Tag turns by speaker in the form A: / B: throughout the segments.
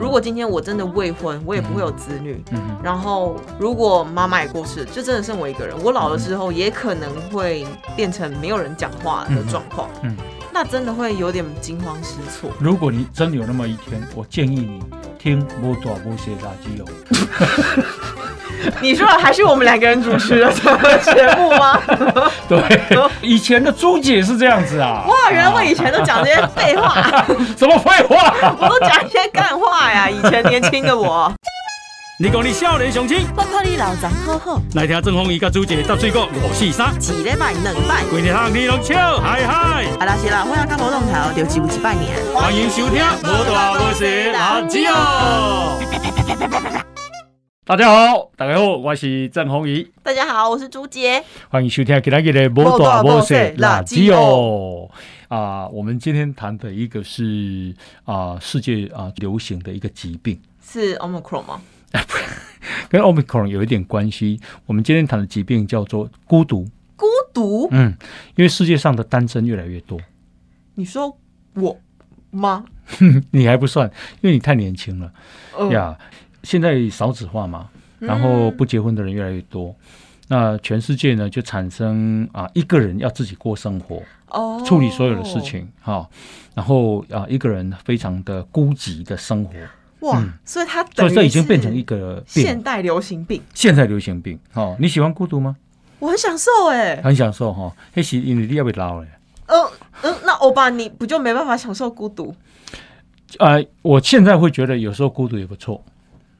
A: 果今天我真的未婚，我也不会有子女。
B: 嗯哼
A: 然后如果妈妈也过世，就真的剩我一个人。我老了之后，也可能会变成没有人讲话的状况。
B: 嗯，
A: 那真的会有点惊慌失措。
B: 如果你真有那么一天，我建议你听无大无小垃 圾哦。
A: 你说的还是我们两个人主持的这个节目 吗？
B: 对，以前的朱姐是这样子啊。
A: 哇，原来我以
B: 啊
A: 前都讲这些废话，
B: 什么废话？
A: 我都讲一些干话呀。以前年轻的我，
C: 你讲你少年上进，
D: 我看你老张好好，
C: 来听郑鸿仪甲朱姐搭水果五四三，
D: 一礼拜两拜，
C: 规日通你拢笑嗨嗨。
D: 啊啦是啦，我要到活动哦头就只有一拜年。
C: 欢迎收听《无大无小垃圾哦》。
B: 大家好，大家好，我是郑鸿仪，
A: 大家好，我是朱杰。
B: 欢迎收听今天的无大无小垃圾哦。啊，我们今天谈的一个是啊，世界啊流行的一个疾病。
A: 是 Omicron 吗？
B: 跟 Omicron 有一点关系。我们今天谈的疾病叫做孤独，
A: 孤独？
B: 嗯，因为世界上的单身越来越多，
A: 你说我吗？
B: 你还不算，因为你太年轻了
A: 呃
B: 呀。现在少子化嘛，然后不结婚的人越来越多，那全世界呢就产生啊一个人要自己过生活，
A: 哦
B: 处理所有的事。情哈、然后啊一个人非常的孤寂的生活，
A: 哇，所以它
B: 嗯
A: 等
B: 所
A: 于
B: 以这已经变成
A: 是
B: 一个
A: 现
B: 病，
A: 代流行病，
B: 现在流行病。哦，你喜欢孤独吗？
A: 我很享受哎、
B: 很享受哈，那是因为你要被老了。
A: 嗯嗯，那欧巴你不就没办法享受孤独？
B: 呃，我现在会觉得有时候孤独也不错，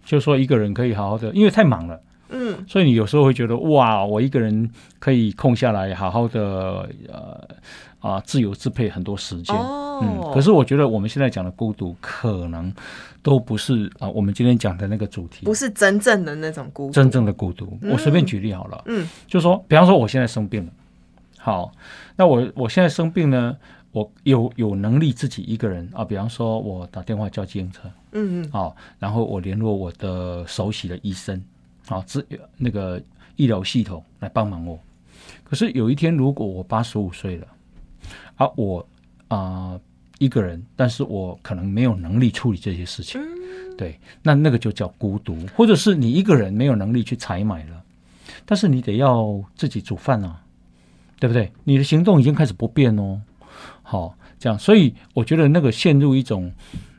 B: 就是说一个人可以好好的，因为太忙了，
A: 嗯，
B: 所以你有时候会觉得哇，我一个人可以空下来，好好的呃啊、自由支配很多时间。
A: 哦、
B: 嗯，可是我觉得我们现在讲的孤独，可能都不是啊、我们今天讲的那个主题
A: 不，是真正的那种孤独，
B: 真正的孤独。
A: 嗯
B: 我随便举例好了，
A: 嗯
B: 就说，比方说我现在生病了，好，那我我现在生病呢，我有有能力自己一个人啊，比方说我打电话叫计程车，
A: 嗯嗯，
B: 好、然后我联络我的熟悉的医生，好、治那个医疗系统来帮忙我。可是有一天，如果我八十五岁了，啊，我啊、一个人，但是我可能没有能力处理这些事情，对，那那个就叫孤独，或者是你一个人没有能力去采买了，但是你得要自己煮饭啊，对不对？你的行动已经开始不便哦，好、这样，所以我觉得那个陷入一种，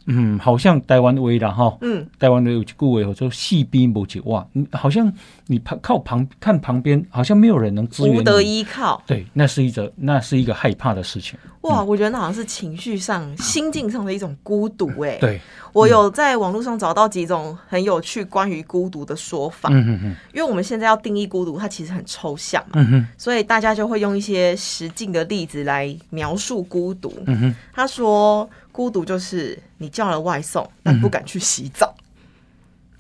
B: 嗯，好像台湾威啦哈，
A: 嗯，
B: 台湾的有一句话叫做“戏逼不解哇”，你好像你旁靠旁看旁边，好像没有人能支援
A: 无得
B: 你。
A: 依靠。
B: 对，那是一个那是一个害怕的事情。
A: 哇，我觉得那好像是情绪上、心境上的一种孤独哎、，
B: 对，嗯
A: 我有在网络上找到几种很有趣关于孤独的说法，
B: 嗯哼哼，
A: 因为我们现在要定义孤独，它其实很抽象嘛，
B: 嗯哼，
A: 所以大家就会用一些实际的例子来描述孤独。
B: 嗯哼，
A: 他说，孤独就是你叫了外送，但不敢去洗澡，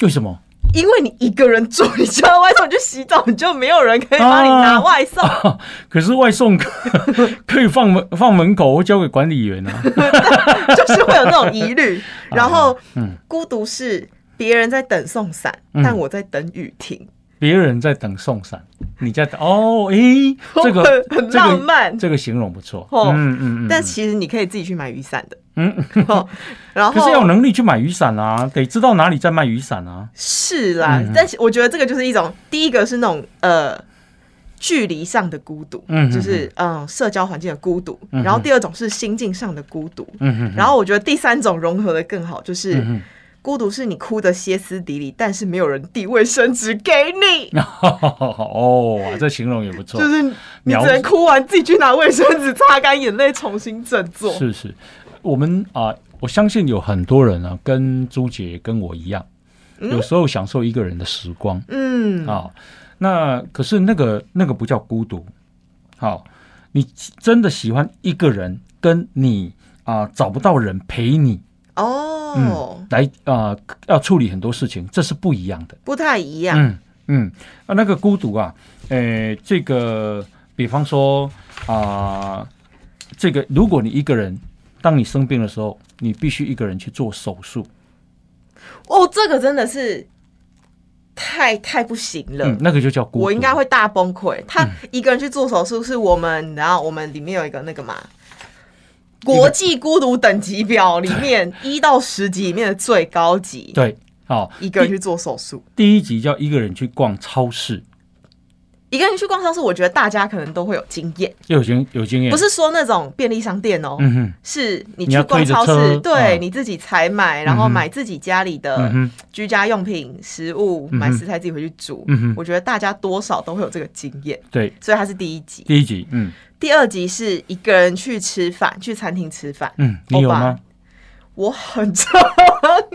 B: 为什么？
A: 因为你一个人住，你叫了外送你去洗澡，你就没有人可以帮你拿外 送。
B: 哦可是外送 可以放门放门口，或交给管理员啊。
A: 就是会有那种疑 虑。然后，
B: 嗯
A: 孤独是别人在等送伞，
B: 嗯
A: 但我在等雨停，
B: 别人在等送伞，你在等哦， 诶，这个
A: 很很浪漫。
B: 这个，这个形容不错。
A: 哦
B: 嗯嗯嗯，
A: 但其实你可以自己去买雨伞的，
B: 嗯，
A: 哦然
B: 可是要有
A: 后
B: 能力去买雨伞啊，得知道哪里在卖雨伞啊。
A: 是啦，
B: 嗯
A: 但是我觉得这个就是一种，第一个是那种呃距离上的孤独，
B: 嗯
A: 就是嗯、呃社交环境的孤独，
B: 嗯哼
A: 然后第二种是心境上的孤独，
B: 嗯哼，
A: 然后我觉得第三种融合的更好，就是、
B: 嗯
A: 孤独是你哭的歇斯底里，但是没有人递卫生纸给你，
B: 哦，哇这形容也不错。
A: 就是你
B: 描
A: 只能哭完自己去拿卫生纸擦干眼泪，重新振作。
B: 是是，我们啊、我相信有很多人啊，跟朱姐跟我一样，有时候享受一个人的时光
A: 嗯，
B: 啊、那可是那个那个不叫孤独，好、你真的喜欢一个人，跟你啊、找不到人陪你，
A: 哦，
B: 来啊、要处理很多事情，这是不一样的。
A: 不太一样。
B: 嗯嗯，啊，那个孤独啊，呃，这个比方说啊、这个如果你一个人，当你生病的时候，你必须一个人去做手术，
A: 哦，这个真的是太太不行了。
B: 嗯，那个就叫孤独。嗯
A: 我应该会大崩溃。他一个人去做手术，是我们，然后我们里面有一个那个嘛，国际孤独等级表里面一到十级里面的最高级，
B: 对，好、
A: 一个人去做手术，
B: 第一集叫一个人去逛超市，
A: 一个人去逛超市，我觉得大家可能都会有经验，
B: 又有经有经验，
A: 不，是说那种便利商店哦，
B: 嗯哼，
A: 是你
B: 你
A: 去
B: 要
A: 逛
B: 推着
A: 超市，
B: 车
A: 对
B: 嗯
A: 你自己采买，然后
B: 嗯哼
A: 买自己家里的
B: 嗯哼嗯
A: 居家用品、食物，
B: 哼
A: 买食材自己回去煮
B: 嗯哼。
A: 我觉得大家多少都会有这个经验，
B: 对，
A: 所以它是第一集。
B: 第一集，嗯
A: 第二集是一个人去吃饭，去餐厅吃饭。
B: 嗯，你有
A: 欧
B: 吗
A: 巴？我很长，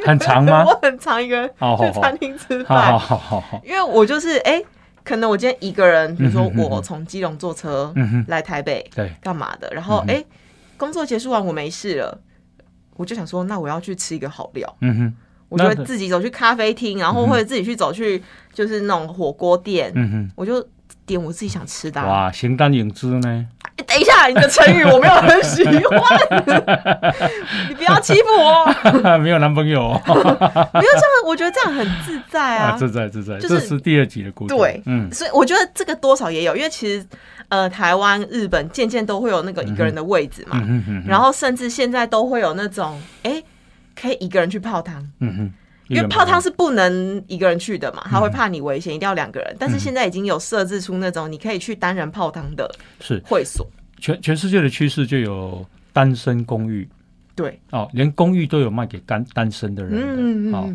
B: 很长 吗
A: 我？很长一个人
B: 哦
A: 去餐厅吃
B: 好
A: 饭，
B: 好好好好，
A: 因为我就是哎、可能我今天一个人，比如说
B: 嗯哼嗯哼
A: 我从基隆坐车
B: 嗯哼，
A: 来台北
B: 对，
A: 干嘛的，然后哎、工作结束完我没事了，我就想说，那我要去吃一个好料。
B: 嗯哼，
A: 我就会
B: 那
A: 自己走去咖啡厅，然后或者自己去走去就是那种火锅店，
B: 嗯哼。
A: 我就点我自己想吃的啊、
B: 哇，形单影只呢？
A: 欸等一下，你的成语我没有很喜欢，你不要欺负我。
B: 没有男朋友哦
A: 没有这样，我觉得这样很自在
B: 啊，
A: 啊。
B: 自在自在，
A: 就是
B: 这是第二集的故事。
A: 对
B: 嗯，
A: 所以我觉得这个多少也有，因为其实呃，台湾、日本渐渐都会有那个一个人的位置嘛，
B: 嗯哼哼哼，
A: 然后甚至现在都会有那种哎、诶可以一个人去泡汤。
B: 嗯哼，
A: 因为泡汤
B: 是
A: 是不能一个人去的嘛，他
B: 嗯
A: 会怕你危险，一定要两个人。但是现在已经有设置出那种你可以去单人泡汤的
B: 是
A: 会所，
B: 全全世界的趋势就有单身公寓
A: 对，
B: 哦，连公寓都有卖给单单身的人
A: 嗯嗯嗯
B: 的。哦，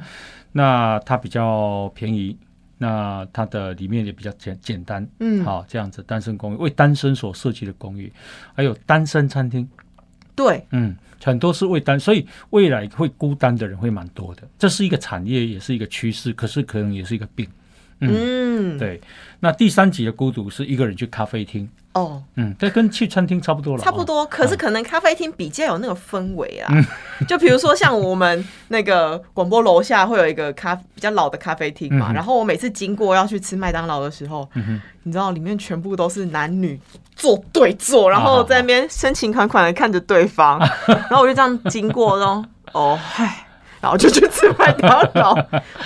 B: 那它比较便宜，那它的里面也比较简简单。
A: 嗯，
B: 好，这样子单身公寓为单身所设计的公寓，还有单身餐厅，
A: 对，
B: 嗯，很多是为单，所以未来会孤单的人会蛮多的，这是一个产业，也是一个趋势，可是可能也是一个病。
A: 嗯，，
B: 对，那第三集的孤独是一个人去咖啡厅，
A: 哦，
B: 嗯，这跟去餐厅差不多了哦，
A: 差不多，可是可能咖啡厅比较有那个氛围啊。
B: 嗯
A: 就比如说像我们那个广播楼下会有一个咖比较老的咖啡厅嘛，
B: 嗯哼嗯
A: 然后我每次经过要去吃麦当劳的时候，你知道里面全部都是男女坐对坐，然后在那边深情款款的看着对 方，然后我就这样经过，然后哦嗨，然后就去吃麦当 劳。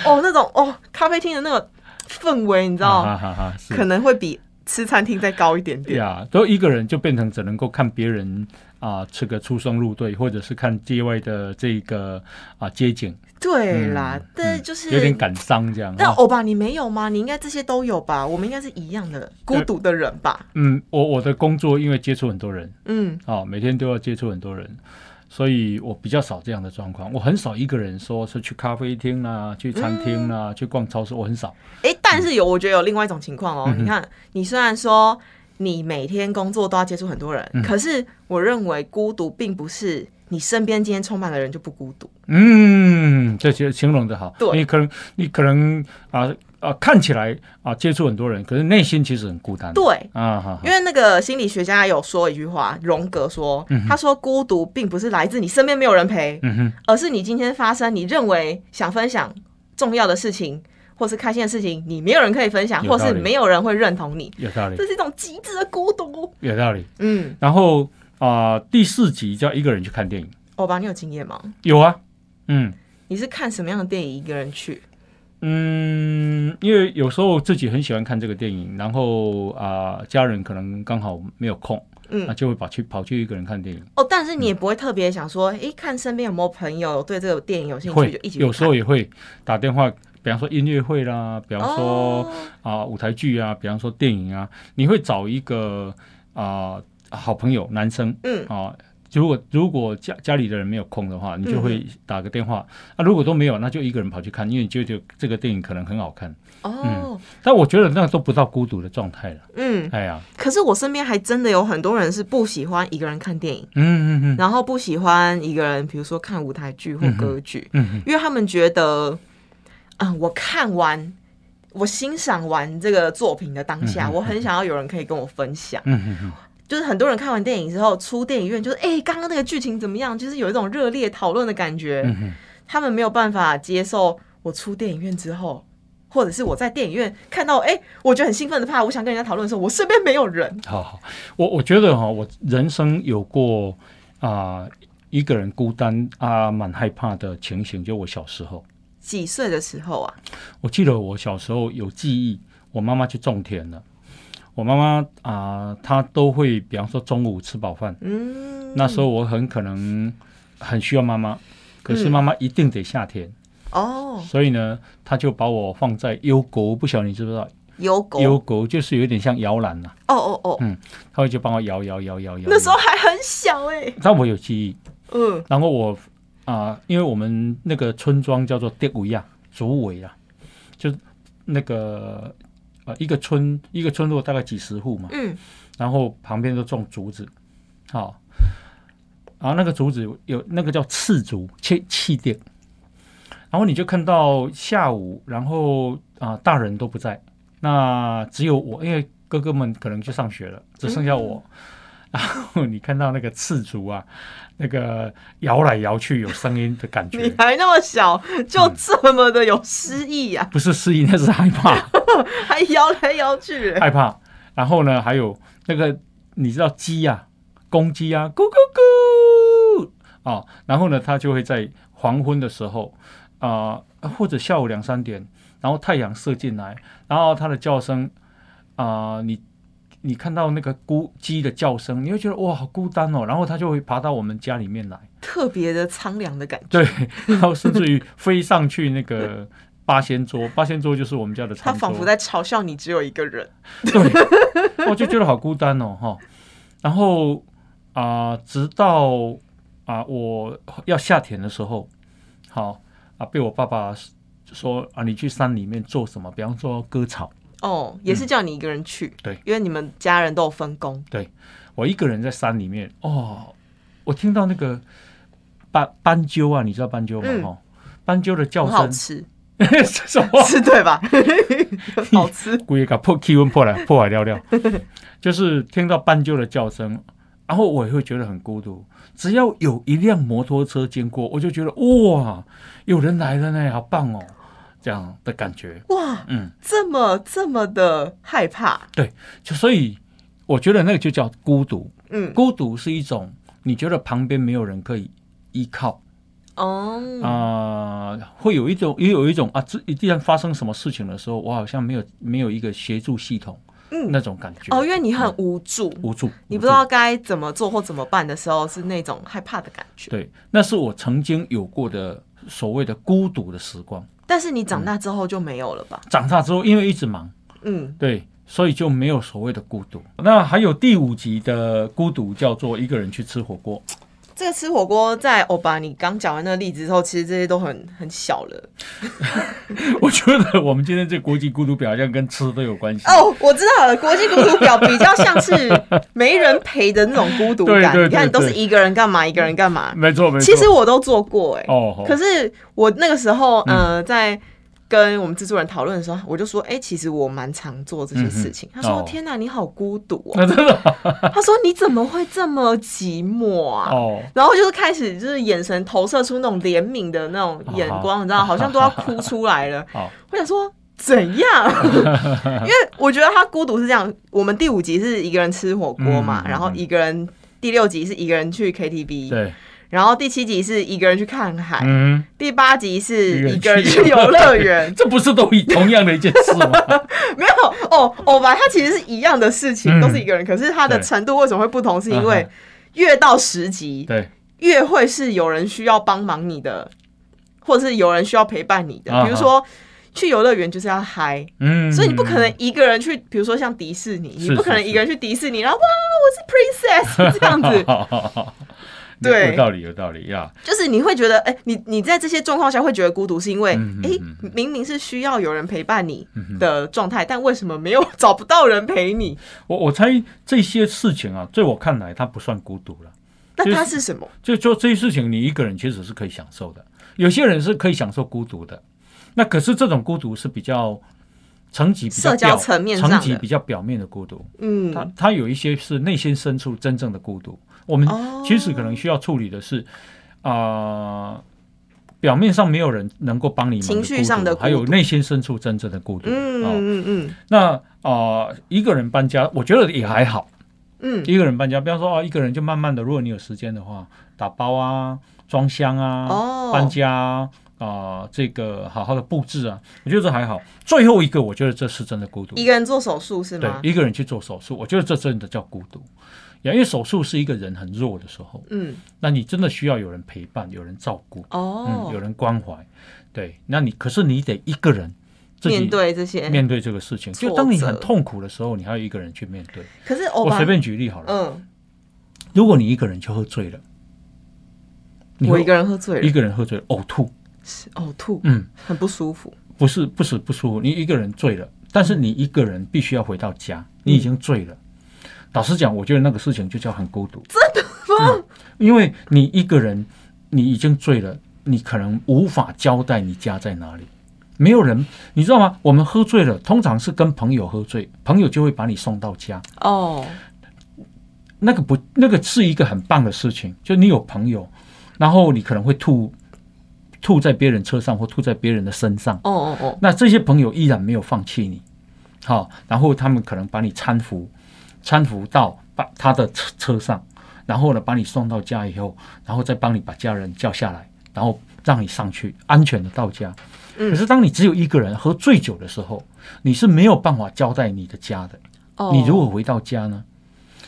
A: 哦，那种哦咖啡厅的那个氛围，你知
B: 啊，哈
A: 道，
B: 哈哈，是嗯
A: 可能会比吃餐厅再高一点点。
B: 呀，都一个人就变成只能够看别人啊、吃个出双入对，或者是看街外的这个啊街景，
A: 对啦，
B: 嗯
A: 但
B: 嗯
A: 就是
B: 有点感伤这样。
A: 但
B: 哦
A: 欧巴，你没有吗？你应该这些都有吧？我们应该是一样的孤独的人吧？
B: 嗯，我我的工作因为接触很多人
A: 嗯，
B: 啊、每天都要接触很多人。所以我比较少这样的状况，我很少一个人说是去咖啡厅啊、去餐厅
A: 嗯
B: 啊、去逛超市，我很少。
A: 哎、但是有，我觉得有另外一种情况哦。
B: 嗯哼
A: 你看，你虽然说你每天工作都要接触很多人，
B: 嗯
A: 可是我认为孤独并不是你身边今天充满了人就不孤独。
B: 嗯，这些形容的好。
A: 对
B: 你可能你可能啊啊看起来啊接触很多人，可是内心其实很孤单。
A: 对，
B: 啊，哈
A: 因为那个心理学家有说一句话，荣格说，他说孤独并不是来自你身边没有人陪，
B: 嗯哼，
A: 而是你今天发生你认为想分享重要的事情。或是开心的事情，你没有人可以分享，
B: 有
A: 或
B: 道理
A: 是没有人会认同你，
B: 有道理
A: 这，是一种极致的孤独。
B: 有道理。
A: 嗯，
B: 然后啊、第四集叫一个人去看电影，
A: 欧巴，你有经验吗？
B: 有啊，嗯
A: 你是看什么样的电影一个人去？
B: 嗯，因为有时候自己很喜欢看这个电影，然后啊、家人可能刚好没有空，
A: 嗯
B: 那就会跑去跑去一个人看电影。
A: 哦，但是你也不会特别想说，诶、看身边有没有朋友对这个电影有兴趣，
B: 会
A: 就一起去看
B: 有时候也会打电话，比方说音乐会啦，比方说
A: 哦
B: 啊、舞台剧啊，比方说电影啊，你会找一个啊、好朋友，男生
A: 嗯
B: 啊。如果如果家家里的人没有空的话，你就会打个电话。啊，如果都没有，那就一个人跑去看，因为你就觉得这个电影可能很好看。
A: 哦，
B: 但我觉得那都不到孤独的状态了。
A: 嗯
B: 哎呀，
A: 可是我身边还真的有很多人是不喜欢一个人看电影，
B: 嗯嗯嗯
A: 然后不喜欢一个人，比如说看舞台剧或歌剧，
B: 嗯嗯，
A: 因为他们觉得，嗯，我看完。我欣赏完这个作品的当下，我很想要有人可以跟我分享。
B: 嗯嗯嗯，
A: 就是很多人看完电影之后出电影院，就是哎，刚、刚那个剧情怎么样？就是有一种热烈讨论的感觉。
B: 哼
A: 他们没有办法接受我出电影院之后，或者是我在电影院看到哎、我觉得很兴奋的怕，我想跟人家讨论的时候，我身边没有人。
B: 好好，我我觉得哈、我人生有过啊、一个人孤单啊，蛮害怕的情形，就我小时候。
A: 几岁的时候啊？
B: 我记得我小时候有记忆，我妈妈去种田了。我妈妈啊、她都会，比方说中午吃饱饭，
A: 嗯，
B: 那时候我很可能很需要妈妈，可是妈妈一定得下田，
A: 嗯哦，
B: 所以呢，她就把我放在优狗，不晓得你知不知道？
A: 有狗，
B: 优
A: 哦
B: 狗就是有点像摇篮呐、啊
A: 哦哦，
B: 她会就帮我摇摇摇摇摇。
A: 那时候，还很小哎，
B: 但我有记忆。
A: 嗯，
B: 然后我啊、因为我们那个村庄叫做德维亚竹围啊，就是那个呃一个村一个村落大概几十户嘛，
A: 嗯，
B: 然后旁边都种竹子，好、然后那个竹子有有那个叫刺竹气气垫，然后你就看到下午，然后啊、大人都不在，那只有我，因为哥哥们可能去上学了，只剩下我。然后你看到那个刺竹啊，那个摇来摇去有声音的感
A: 你
B: 觉，
A: 还那么小，就这么的有诗意呀，
B: 不是适应，那是害怕。嗯
A: 还摇来摇去欸，
B: 害怕。然后呢，还有那个你知道鸡呀、公鸡啊，咕咕咕啊、然后呢，它就会在黄昏的时候啊、或者下午两三点，然后太阳射进来，然后它的叫声啊、你。你看到那个咕鸡的叫声，你会觉得哇，好孤单哦。然后它就会爬到我们家里 面来，
A: 特别的苍凉的感觉。
B: 对，然后甚至于飞上去那个八仙桌，八仙桌就是我们家的
A: 他
B: 餐桌。
A: 仿佛在嘲笑你只有一个人，
B: 对， 我就觉得好孤单哦，哈。然后啊、直到啊、我要下田的时候，好啊，被我爸爸说啊，你去山里面做什么？比方说割草，
A: 哦，也是叫你一个人去，
B: 嗯对
A: 因为你们家人都有分工，
B: 我一个人在山里面，哦，我听到那个斑斑鸠啊，你知道斑鸠吗？
A: 嗯
B: 哈、斑鸠的
A: 很
B: 叫
A: 好
B: 声，
A: 吃，
B: 什么？
A: 是对 吧？好吃，
B: 故意搞破气温破来 破坏掉掉，就是听到斑鸠的叫声，然后我也会觉得很孤独。只要有一辆摩托车经过，我就觉得哇，有人来了呢，好棒哦，这样的感觉。
A: 哇，
B: 嗯，
A: 这么这么的害怕，
B: 就所以我觉得那个就叫孤独。
A: 嗯，
B: 孤独是一种你觉得旁边没有人可以依靠
A: 哦，
B: 啊、会有一种也有一种啊，这一旦发生什么事情的时候，我好像没有没有一个协助系统
A: 嗯，
B: 那种感觉。
A: 哦，因为你很无助，
B: 无助，
A: 你
B: 无
A: 不
B: 助
A: 知道该怎么做或怎么办的时候，是那种害怕的感觉。
B: 对，那是我曾经有过的所谓的孤独的时光。
A: 但是你长大之后就没有了吧？
B: 长大之后，因为一直忙，
A: 嗯，
B: 对，所以就没有所谓的孤独。那还有第五集的孤独叫做一个人去吃火锅，
A: 这个吃火锅在欧巴你刚讲完那个例子之后，其实这些都很很小了。
B: 我觉得我们今天这国际孤独表现跟吃都有关系。
A: 哦，我知道了，国际孤独表比较像是 没人陪的那种孤独感。
B: 对对对
A: 你看，你都是
B: 对
A: 一个人干嘛，一个人干嘛？
B: 没错没错，
A: 其实我都做过哎、
B: 哦，嗯好
A: 可是我那个时候，呃，在跟我们制作人讨论的时候，我就说，哎、其实我蛮常做这些事情。
B: 嗯哼
A: 他说
B: 哦：“
A: 天哪，你好孤独哦
B: 那真的！”
A: 他说：“你怎么会这么寂寞啊？”
B: 哦，
A: 然后就是开始就是眼神投射出那种怜悯的那种眼光，你知道，好像都要哭出来了。
B: 好，
A: 我想说怎样？ 因为我觉得他孤独是这样。我们第五集是一个人吃火锅嘛，
B: 嗯嗯嗯
A: 然后一个人。第六集是一个人去 KTV，
B: 对，
A: 然后第七集是一个人去看海，
B: 嗯，
A: 第八集是一
B: 一
A: 个
B: 个
A: 人
B: 人
A: 去
B: 去
A: 游
B: 游，
A: 乐园
B: 这不是都一同样的一件事吗？
A: 没有哦哦吧，它其实是一样的事情，
B: 嗯
A: 都是一个人，可是它的
B: 对
A: 程度为什么会不同？是因
B: 嗯
A: 为
B: 哼
A: 越到十级，
B: 对，
A: 越会是有人需要帮忙你的，或者是有人需要陪伴你的。
B: 啊
A: 比如说去游乐园就是要嗨，
B: 嗯，
A: 所以你不可能一个人去，比如说像迪士尼，
B: 是
A: 你不可能
B: 是
A: 一个人去迪士尼，然后哇我是 princess 这样 子，
B: 子，
A: 对
B: 有道理有道理呀。
A: 就是你会觉得，哎、你你在这些状况下会觉得孤独，是因为，哎、
B: 嗯嗯嗯嗯
A: 明明是需要有人陪伴你
B: 嗯哼
A: 的状态，但为什么没有找不到人陪你？
B: 我我猜这些事情啊，在我看来，它不算孤独了。
A: 那
B: 就是
A: 它是什么？
B: 就做这些事情，你一个人其实是可以享受的。有些人是可以享受孤独的，那可是这种孤独是比较层级比较
A: 社交
B: 表
A: 层面上的
B: 层级比较表面的孤独。
A: 嗯，
B: 它它有一些是内心深处真正的孤独。我们
A: 哦
B: 其实可能需要处理的是，啊、表面上没有人能够帮你们
A: 情绪上的
B: 孤独还有
A: 孤独
B: 内心深处真正的孤独。
A: 嗯
B: 哦
A: 嗯嗯
B: 那啊、一个人搬家，我觉得也还好。
A: 嗯嗯，
B: 一个人搬家，不要说哦，一个人就慢慢的，如果你有时间的话，打包啊，装箱啊，
A: 哦
B: 搬家啊、啊这个好好的布置啊，我觉得这还好。最后一个，我觉得这是真的孤独
A: 一，个人做手术是
B: 对
A: 吗，？
B: 一个人去做手术，我觉得这真的叫孤独，因为手术是一个人很弱的时候，
A: 嗯，
B: 那你真的需要有人陪伴，有人照顾，嗯，
A: 哦
B: 有，人关怀，对，那你可是你得一个人自己
A: 面对这些，
B: 面对这个事情，
A: 挫折哦
B: 就当你很痛苦的时候，你还要一个人去面对。
A: 可是欧
B: 我
A: 巴
B: 随，便举例好了，
A: 嗯，
B: 如果你一个人就喝醉了，你
A: 我
B: 会
A: 一个人喝醉
B: 一
A: 了，
B: 个人喝醉了呕吐，
A: 呕吐，
B: 嗯，
A: 很不舒服，
B: 不是不是不舒服，你一个人醉了，但是你一个人必须要回到家，你已经醉了。老实讲，我觉得那个事情就叫很孤独，真的吗？因为你一个人，你已经醉了，你可能无法交代你家在哪里，没有人，你知道吗？我们喝醉了，通常是跟朋友喝醉，朋友就会把你送到家，
A: 哦，
B: 那个不，那个是一个很棒的事情，就你有朋友，然后你可能会吐，吐在别人车上或吐在别人的身上。
A: 哦哦哦，
B: 那这些朋友依然没有放弃你，好、然后他们可能把你搀扶，搀扶到把他的车车上，然后呢把你送到家以后，然后再帮你把家人叫下来，然后让你上去安全的到家。
A: 嗯
B: 可是当你只有一个人喝醉酒的时候，你是没有办法交代你的家的。
A: 哦，
B: 你如果回到家呢？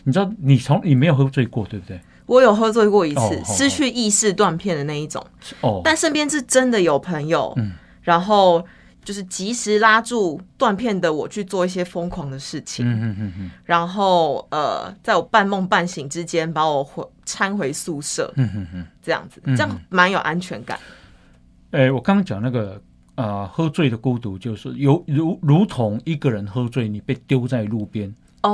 B: 你知道你从你没有喝醉过，对不对？
A: 我有喝醉过一
B: 哦
A: 次
B: 哦，
A: 失去意识断片的那一种，
B: 哦，
A: 但身边是真的有朋友
B: 嗯，
A: 然后就是及时拉住断片的我去做一些疯狂的事情，
B: 嗯嗯嗯嗯
A: 然后呃，在我半梦半醒之间把我回搀回宿舍，
B: 嗯嗯嗯。
A: 这样子，
B: 嗯
A: 这样蛮有安全感。
B: 哎、我刚刚讲那个啊、呃喝醉的孤独，就是有如如同一个人喝醉，你被丢在路边啊、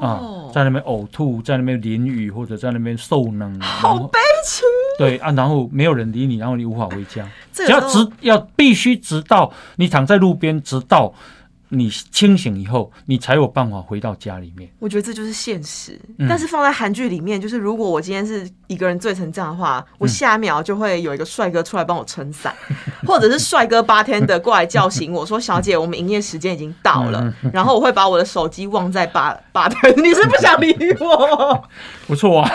A: 哦，
B: 在那边呕吐，在那边淋雨，或者在那边受冷，然
A: 好
B: 后
A: 悲情，
B: 对啊，然后没有人理你，然后你无法回 家，
A: 这
B: 只
A: 个
B: 要
A: 时候
B: 直要必须直到你躺在路边，直到你清醒以后，你才有办法回到家里 面。
A: 我觉得这就是现实。
B: 嗯
A: 但是放在韩剧里面，就是如果我今天是一个人醉成这样的话，
B: 嗯
A: 我下一秒就会有一个帅哥出来帮我撑伞， 或者是帅哥八天的过来叫醒我说：“小姐，我们营业时间已经到了。”
B: 嗯
A: 然后我会把我的手机忘在吧吧台。 你是不想理我，
B: 不错啊，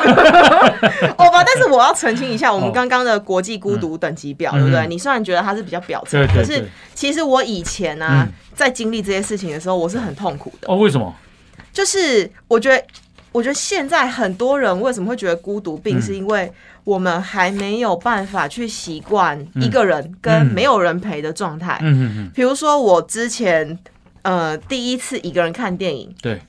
A: 欧巴？但是我要澄清一下，我们
B: 哦
A: 刚刚的国际孤独等级表，
B: 嗯
A: 对不对？你虽然觉得它是比较表层
B: 对，对
A: 可
B: 对
A: 是其实我以前啊
B: 嗯，
A: 在经历这些事情的时候，我是很痛苦的。
B: 哦，为什
A: 哎
B: 么？
A: 就是我觉得，我觉得现在很多人为什么会觉得孤独病，
B: 嗯
A: 是因为我们还没有办法去习惯一个人跟没有人陪的状态。
B: 嗯嗯嗯，
A: 比如说，我之前呃第一次一个人看电影，
B: 对，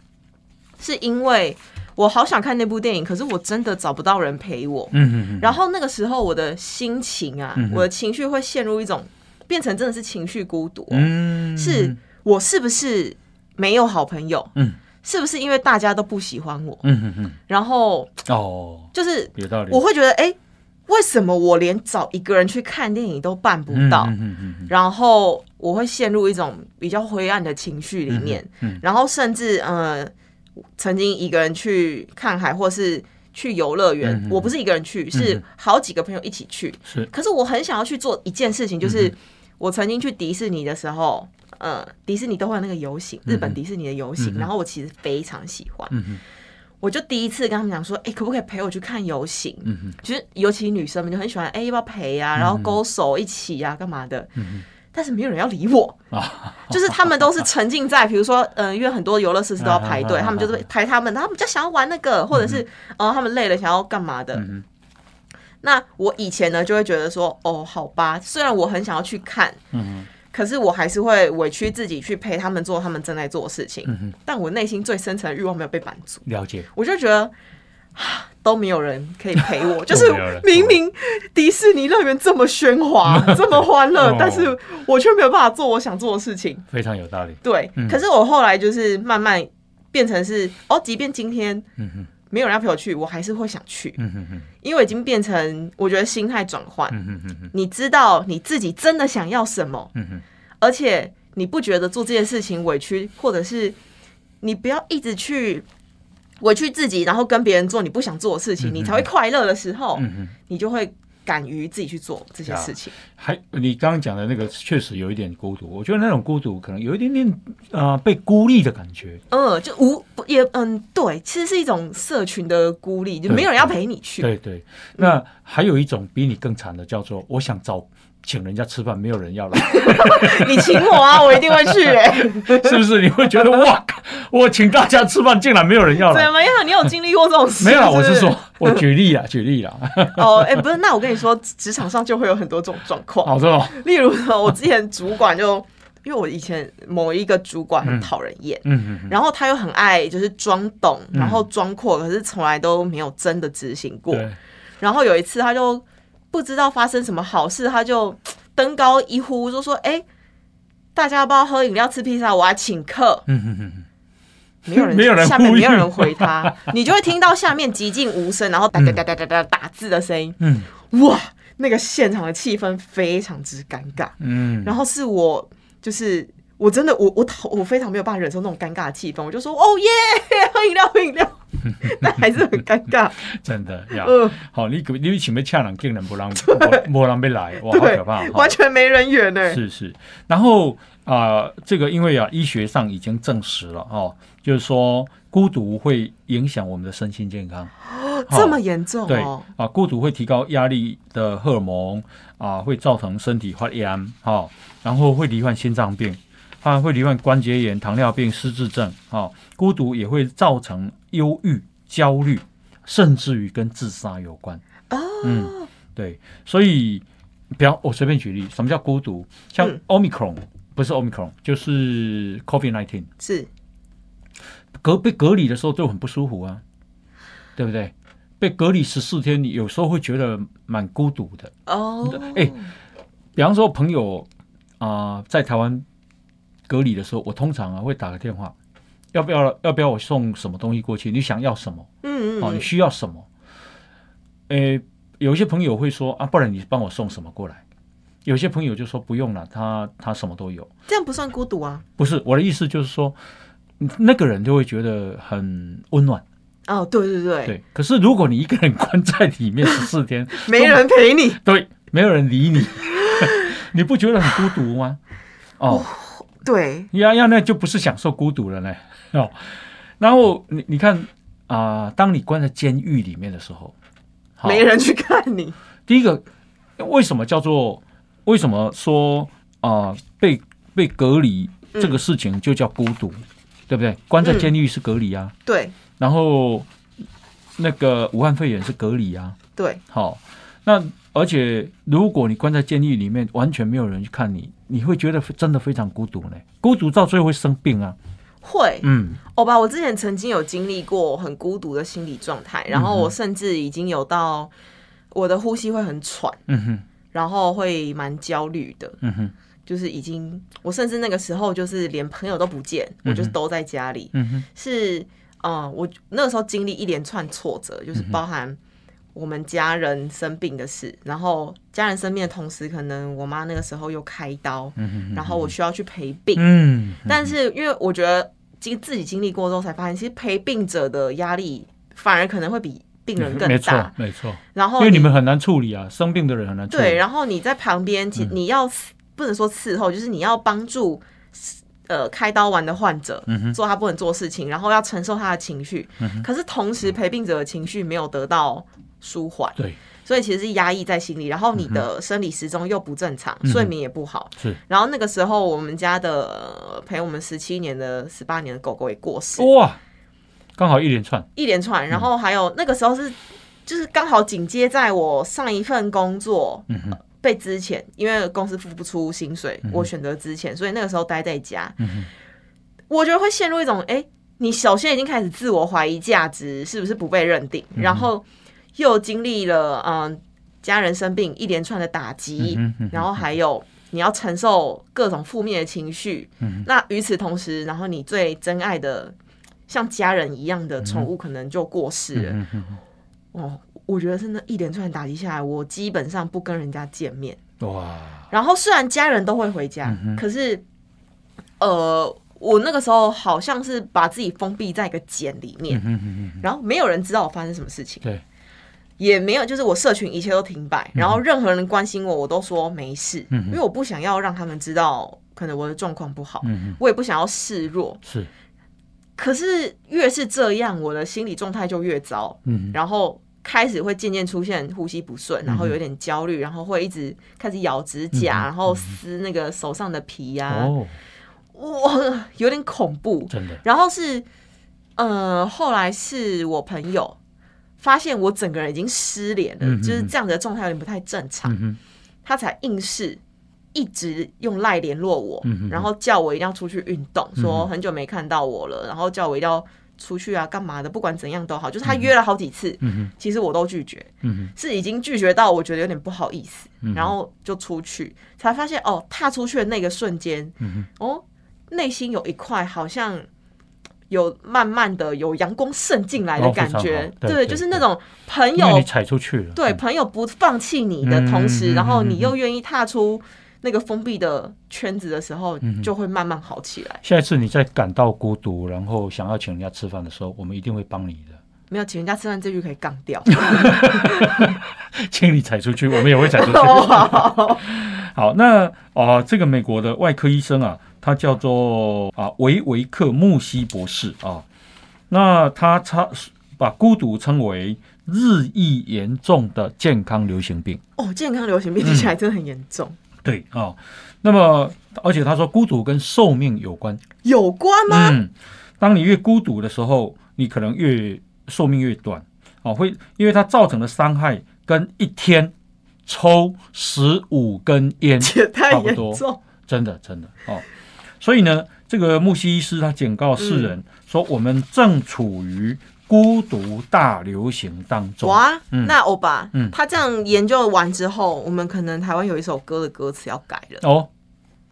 A: 是因为我好想看那部电影，可是我真的找不到人陪我。
B: 嗯嗯嗯，
A: 然后那个时候我的心情啊，
B: 嗯哼
A: 我的情绪会陷入一种变成真的是情绪孤独哦、
B: 嗯
A: 是我是不是没有好朋友？
B: 嗯
A: 是不是因为大家都不喜欢我？
B: 嗯嗯嗯，
A: 然后
B: 哦，
A: 就是
B: 有道理，
A: 我会觉得，哎、为什么我连找一个人去看电影都办不
B: 嗯
A: 到？
B: 嗯嗯嗯嗯
A: 然后我会陷入一种比较灰暗的情绪里面，
B: 嗯嗯
A: 然后甚至呃，曾经一个人去看海，或是去游乐园，
B: 嗯嗯嗯
A: 我不是一个人去，是好几个朋友一起去。
B: 是，
A: 可是我很想要去做一件事情，
B: 嗯
A: 就是我曾经去迪士尼的时候，呃，迪士尼都会有那个游行，日本迪士尼的游行，然后我其实非常喜欢，
B: 嗯哼
A: 我就第一次跟他们讲说，哎、可不可以陪我去看游行？
B: 嗯哼。
A: 其实尤其女生们就很喜欢，哎、要不要陪啊？然后勾手一起啊，干嘛的？但是没有人要理我，
B: 啊，
A: 就是他们都是沉浸在，比如说，嗯、因为很多游乐设施都要排队，
B: 啊啊啊啊
A: 他们就是排他们的，他们比较想要玩那个，或者是，哦、他们累了想要干嘛的。
B: 哼
A: 那我以前呢，就会觉得说，哦，好吧，虽然我很想要去看，
B: 嗯
A: 可是我还是会委屈自己去陪他们做他们正在做的事情，
B: 哼
A: 但我内心最深层的欲望没有被满足。
B: 嗯了解，
A: 我就觉得。啊都没有人可以陪 我，就是
B: 都没有人
A: 明明迪士尼乐园这么喧 哗、这么欢乐
B: 哦，
A: 但是我却没有办法做我想做的事情。
B: 非常有道理。
A: 对，可是我后来就是慢慢变成是哦，即便今天
B: 嗯哼，
A: 没有人要陪我去，我还是会想去，
B: 嗯哼哼，
A: 因为我已经变成我觉得心态转换，
B: 嗯哼哼哼，
A: 你知道你自己真的想要什么，
B: 嗯哼，
A: 而且你不觉得做这件事情委屈，或者是你不要一直去委屈自己，然后跟别人做你不想做的事情，你才会快乐的时候，
B: 嗯哼，
A: 你就会敢于自己去做这些事情。
B: 还你刚刚讲的那个确实有一点孤独，我觉得那种孤独可能有一点点啊、呃被孤立的感觉。
A: 嗯，就无不也嗯，对，其实是一种社群的孤立，就没有人要陪你去。
B: 对对，那还有一种比你更惨的叫做我想找请人家吃饭，没有人要来，
A: 你请我啊，我一定会去哎、
B: 是不是？你会觉得哇，靠我请大家吃饭，竟然没有人要来
A: 怎。么啊样？你有经历过这种事？
B: 没有啦，我
A: 是不
B: 是
A: 是
B: 说，我举例啊，举例啦。
A: 哦，哎、不是，那我跟你说，职场上就会有很多这种状况。
B: 好，这种，
A: 例如呢，我之前主管就，因为我以前某一个主管很讨人厌，
B: 嗯嗯，
A: 然后他又很爱就是装懂，
B: 嗯
A: 然后装阔，可是从来都没有真的执行过。
B: 对，嗯
A: 然后有一次他就不知道发生什么好事，他就嘖登高一呼，就说：“哎、大家要不要喝饮料、吃披萨？我要请客。
B: 嗯嗯嗯，”
A: 没有人，
B: 没有人
A: 下面
B: 呼应
A: 没有人回他，你就会听到下面寂静无声，然后哒哒哒哒哒哒打字的声音。
B: 嗯
A: 哇，那个现场的气氛非常之尴尬。
B: 嗯，
A: 然后是我就是我真的我我讨我非常没有办法忍受那种尴尬的气氛，我就说哦耶， 喝饮料喝饮料， 但还是很尴 尬。
B: 真的呀，
A: 嗯，
B: 好，你你想要请人，竟然没人，没没人要来，哇，好
A: 对
B: 可怕，，哈
A: 完全没人缘呢。
B: 是是，然后啊、呃这个因为啊，医学上已经证实了哦，就是说孤独会影响我们的身心健康。
A: 哦这么严重
B: 对
A: 哦
B: 啊、，孤独会提高压力的荷尔蒙啊、会造成身体发炎哈、哦然后会罹患心脏病，啊，会罹患关节炎、糖尿病、失智症啊、哦孤独也会造成忧郁、焦虑，甚至于跟自杀有关。
A: 哦，
B: 嗯，对，所以，比方我随便举例，什么叫孤独？像
A: 嗯
B: Omicron、不是 Omicron，就是 COVID nineteen，
A: 是
B: 隔被隔离的时候就很不舒服啊，对不对？被隔离十四天，你有时候会觉得蛮孤独的。
A: 哦，
B: 哎比方说朋友啊、在台湾隔离的时候，我通常啊会打个电话，要不要要不要我送什么东西过去？你想要什么？
A: 嗯嗯
B: 哦，你
A: 嗯，
B: 需要什么？诶，有一些朋友会说啊，不然你帮我送什么过来？有些朋友就说不用了，他他什么都有。
A: 这样不算孤独啊。
B: 不是我的意思，就是说嗯那个人就会觉得很温暖。
A: 哦，对对对，
B: 对，可是如果你一个人关在里面十四天，
A: 没人陪你，
B: 对，没有人理你， 你不觉得很孤独吗？哦，
A: 对，
B: 呀呀，那就不是享受孤独了呢。 哦，然后你你看啊、当你关在监狱里面的时候，好
A: 没人去看你。
B: 第一个，为什么叫做为什么说啊、被被隔离这个事情就叫孤独，对不对？关
A: 嗯
B: 在监狱是隔离啊，
A: 对
B: 然后那个武汉肺炎是隔离啊，
A: 对，
B: 好，那而且如果你关在监狱里面，完全没有人去看你，你会觉得真的非常孤独呢。孤独到最后会生病啊，
A: 会，
B: 嗯，
A: 哦吧，我之前曾经有经历过很孤独的心理状态，然后我甚至已经有到我的呼吸会很喘，
B: 嗯哼，
A: 然后会蛮焦虑的，
B: 嗯哼，
A: 就是已经我甚至那个时候就是连朋友都不见，我就是都在家里，
B: 嗯哼，
A: 是呃，我那个时候经历一连串挫折，就是包含我们家人生病的事，然后家人生病的同时，可能我妈那个时候又开刀，然后我需要去陪病，
B: 嗯，
A: 但是因为我觉得经自己经历过之后，才发现其实陪病者的压力反而可能会比病人
B: 嗯没
A: 更
B: 错
A: 大。，
B: 没错，
A: 嗯然后
B: 因为你们很难处理啊，生病的人很难嗯处理。
A: 对，然后你在旁边，其你要伺不能说伺候，就是你要帮助。呃，开刀完的患者、
B: 嗯
A: 做他不能做事情，然后要承受他的情绪，可是同时陪病者的情绪没有得到舒缓，
B: 对，
A: 所以其实是压抑在心里，然后
B: 嗯
A: 你的生理时钟又不正常，睡眠也不好。
B: 是，
A: 然后那个时候我们家的呃陪我们十七年的、十八年的狗狗也过世，
B: 哇，刚好一连串，
A: 一连串。然后还有那个时候是，就是刚好紧接在我上一份工作、
B: 嗯哼，
A: 被之前，因为公司付不出薪水，
B: 嗯
A: 我选择之前，所以那个时候待在家，
B: 哼
A: 我觉得会陷入一种哎、诶你首先已经开始自我怀疑价值是不是不被认定，
B: 嗯
A: 然后又经历了嗯、家人生病一连串的打击，
B: 嗯哼嗯哼
A: 然后还有。你要承受各种负面的情绪，
B: 嗯
A: 那与此同时，然后你最珍爱的像家人一样的宠物可能就过世了。
B: 嗯哼，
A: 哦，我觉得是那一连串打击下来，我基本上不跟人家见面。
B: 嗯哇，
A: 然后虽然家人都会回家，
B: 嗯
A: 可是，呃，我那个时候好像是把自己封闭在一个茧里面，
B: 嗯哼
A: 然后没有人知道我发生什么事情，
B: 对，
A: 也没有就是我社群一切都停摆，然后任何人关心我，我都说没事，
B: 嗯哼
A: 因为我不想要让他们知道可能我的状况不好，
B: 嗯哼，
A: 我也不想要示弱。
B: 是，
A: 可是越是这样，我的心理状态就越糟，
B: 嗯哼，
A: 然后开始会渐渐出现呼吸不顺，然后有点焦虑，然后会一直开始咬指甲，
B: 嗯
A: 然后撕那个手上的皮呀、啊，
B: 哦，
A: 哇，有点恐怖。
B: 真的，
A: 然后是，呃，后来是我朋友发现我整个人已经失联了，
B: 嗯嗯嗯
A: 就是这样的状态有点不太正常，
B: 嗯哼，
A: 他才硬是一直用赖联络我，
B: 嗯嗯嗯
A: 然后叫我一定要出去运动，说
B: 嗯
A: 很久没看到我了，然后叫我一定要出去啊，干嘛的，不管怎样都好，就是他约了好几次，
B: 嗯哼，
A: 其实我都拒绝，
B: 嗯哼，
A: 是已经拒绝到我觉得有点不好意思，
B: 嗯
A: 然后就出去，才发现哦，踏出去的那个瞬间，
B: 嗯
A: 哦，内心有一块好像有慢慢的有阳光渗进来的
B: 哦
A: 感
B: 非常
A: 觉
B: 好，对对
A: 就是
B: 对
A: 那种朋
B: 因为
A: 友
B: 你踩出去了，
A: 对朋友不放弃你的同时，
B: 嗯嗯嗯
A: 然后
B: 嗯嗯
A: 你又愿意踏出那个封闭的圈子的时候，
B: 嗯嗯
A: 就会慢慢好起来。
B: 下一次你再感到孤独，然后想要请人家吃饭的时候，我们一定会帮你的，
A: 没有，请人家吃饭这句可以杠掉。
B: 请你踩出去，我们也会踩出去。
A: 哦
B: 好，那啊、呃这个美国的外科医生啊，他叫做啊维维克穆西博士啊，那他他把孤独称为日益严重的健康流行病。
A: 哦，健康流行病听起来真的很严重，
B: 对啊、那么而且他说孤独跟寿命有关。
A: 有关吗？
B: 嗯，当你越孤独的时候，你可能越寿命越短哦，会因为它造成的伤害跟一天抽十五根烟
A: 也太
B: 嗯差不
A: 严
B: 多
A: 重。
B: 真的真的哦。所以呢，这个穆西医师他警告世
A: 嗯
B: 人、说，我们正处于孤独大流行当中。
A: 哇，
B: 嗯
A: 那欧巴，
B: 嗯
A: 他这样研究完之后，我们可能台湾有一首歌的歌词要改了，
B: 哦，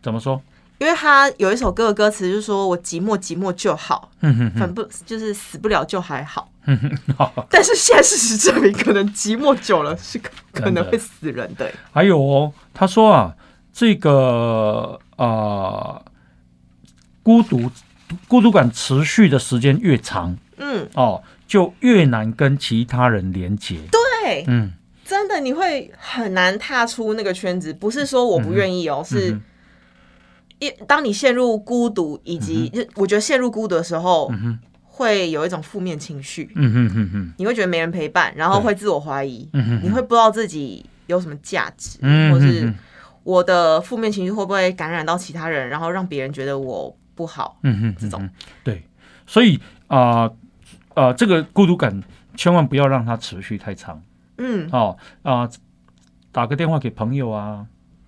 B: 怎么说？
A: 因为他有一首歌的歌词就是说我寂寞寂寞就好，
B: 哼哼哼
A: 反不就是死不了就还好。
B: 哼哼，嗯 好。
A: 但是现在事实证明，可能寂寞久了是可可能会死人的。
B: 还有哦，他说啊，这个啊、呃孤独孤独感持续的时间越长
A: 嗯，
B: 哦，就越难跟其他人连接。
A: 对，
B: 嗯，
A: 真的你会很难踏出那个圈子，不是说我不愿意哦，是
B: 嗯
A: 一当你陷入孤独以及、就我觉得陷入孤独的时候，
B: 嗯哼
A: 会有一种负面情绪。
B: 嗯哼哼哼，
A: 你会觉得没人陪伴，然后会自我怀疑，
B: 嗯哼哼
A: 你会不知道自己有什么价值，
B: 嗯
A: 或
B: 哼
A: 是
B: 哼
A: 我的负面情绪会不会感染到其他人，然后让别人觉得我不好。
B: 嗯哼，
A: 这种
B: 嗯哼对，所以啊啊、呃这个孤独感千万不要让它持续太长。
A: 嗯，
B: 哦啊、打个电话给朋友啊，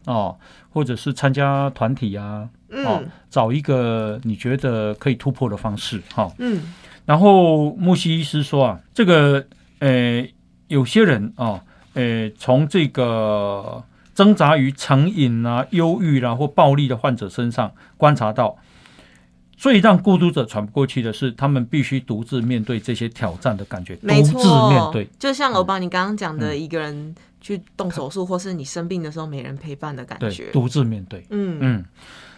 B: 哦，或者是参加团体啊，哦
A: 嗯，
B: 找一个你觉得可以突破的方式哈、哦
A: 嗯，
B: 然后穆西医师说啊，这个呃，有些人啊，呃，从这个挣扎于成瘾啊、忧郁啊或暴力的患者身上观察到，最让孤独者喘不过气的是，他们必须独自面对这些挑战的感觉，独
A: 没
B: 自面
A: 错
B: 对。，嗯
A: 就像欧巴你刚刚讲的，一个人去动手术，或是你生病的时候没人陪伴的感
B: 对，
A: 觉。
B: 独自面对。
A: 嗯
B: 嗯，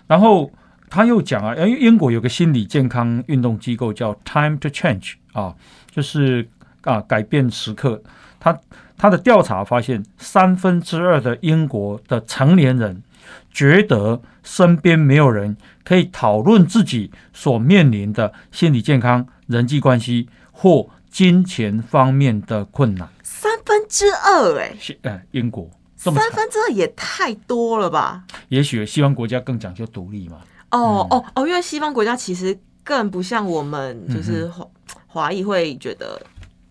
B: 然后他又讲啊，因为英国有个心理健康运动机构叫 Time to Change 啊，就是啊改变时刻。他他的调查发现，三分之二的英国的成年人觉得身边没有人可以讨论自己所面临的心理健康、人际关系或金钱方面的困难。
A: 三分之二，哎，
B: 是呃，英国这
A: 三
B: 么惨，
A: 分之二也太多了吧？
B: 也许西方国家更讲究独立嘛。
A: 哦
B: 嗯
A: 哦哦，因为西方国家其实更不像我们，就是华华裔会觉得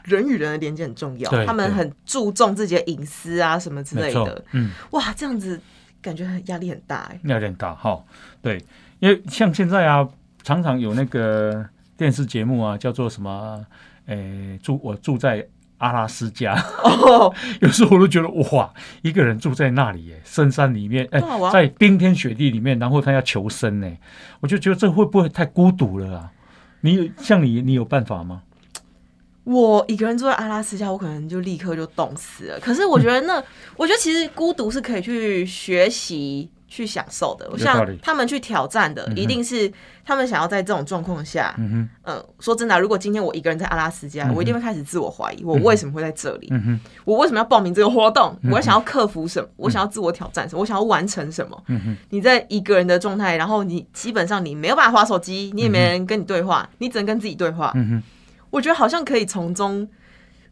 A: 人与人的连接很重要，
B: 对
A: 他们
B: 对
A: 很注重自己的隐私啊什么之
B: 没
A: 类
B: 错
A: 的。，
B: 嗯。
A: 哇，这样子感觉很压力很大哎、
B: 有点大哈。对，因为像现在啊，常常有那个电视节目啊，叫做什么？诶，住我住在阿拉斯加，
A: 哦，
B: 有时候我都觉得哇，一个人住在那里耶，深山里面，哎
A: 对啊我，要
B: 在冰天雪地里面，然后他要求生呢，我就觉得这会不会太孤独了啊？你有像你，你有办法吗？
A: 我一个人住在阿拉斯加，我可能就立刻就冻死了。可是我觉得 那，我觉得其实孤独是可以去学习。去享受的，
B: 道
A: 像
B: 理
A: 他们去挑战的，一定是他们想要在这种状况下，
B: 嗯
A: 嗯，说真的啊、如果今天我一个人在阿拉斯加，我一定会开始自我怀疑，我为什么会在这里？
B: 哼，嗯哼，
A: 我为什么要报名这个活动？我想要克服什么？我想要自我挑战什么？我想要完成什么？
B: 嗯哼，
A: 你在一个人的状态，然后你基本上你没有办法划手
B: 嗯
A: 机，你也没人跟你对话，你只能跟自己对话。
B: 嗯哼，
A: 我觉得好像可以从中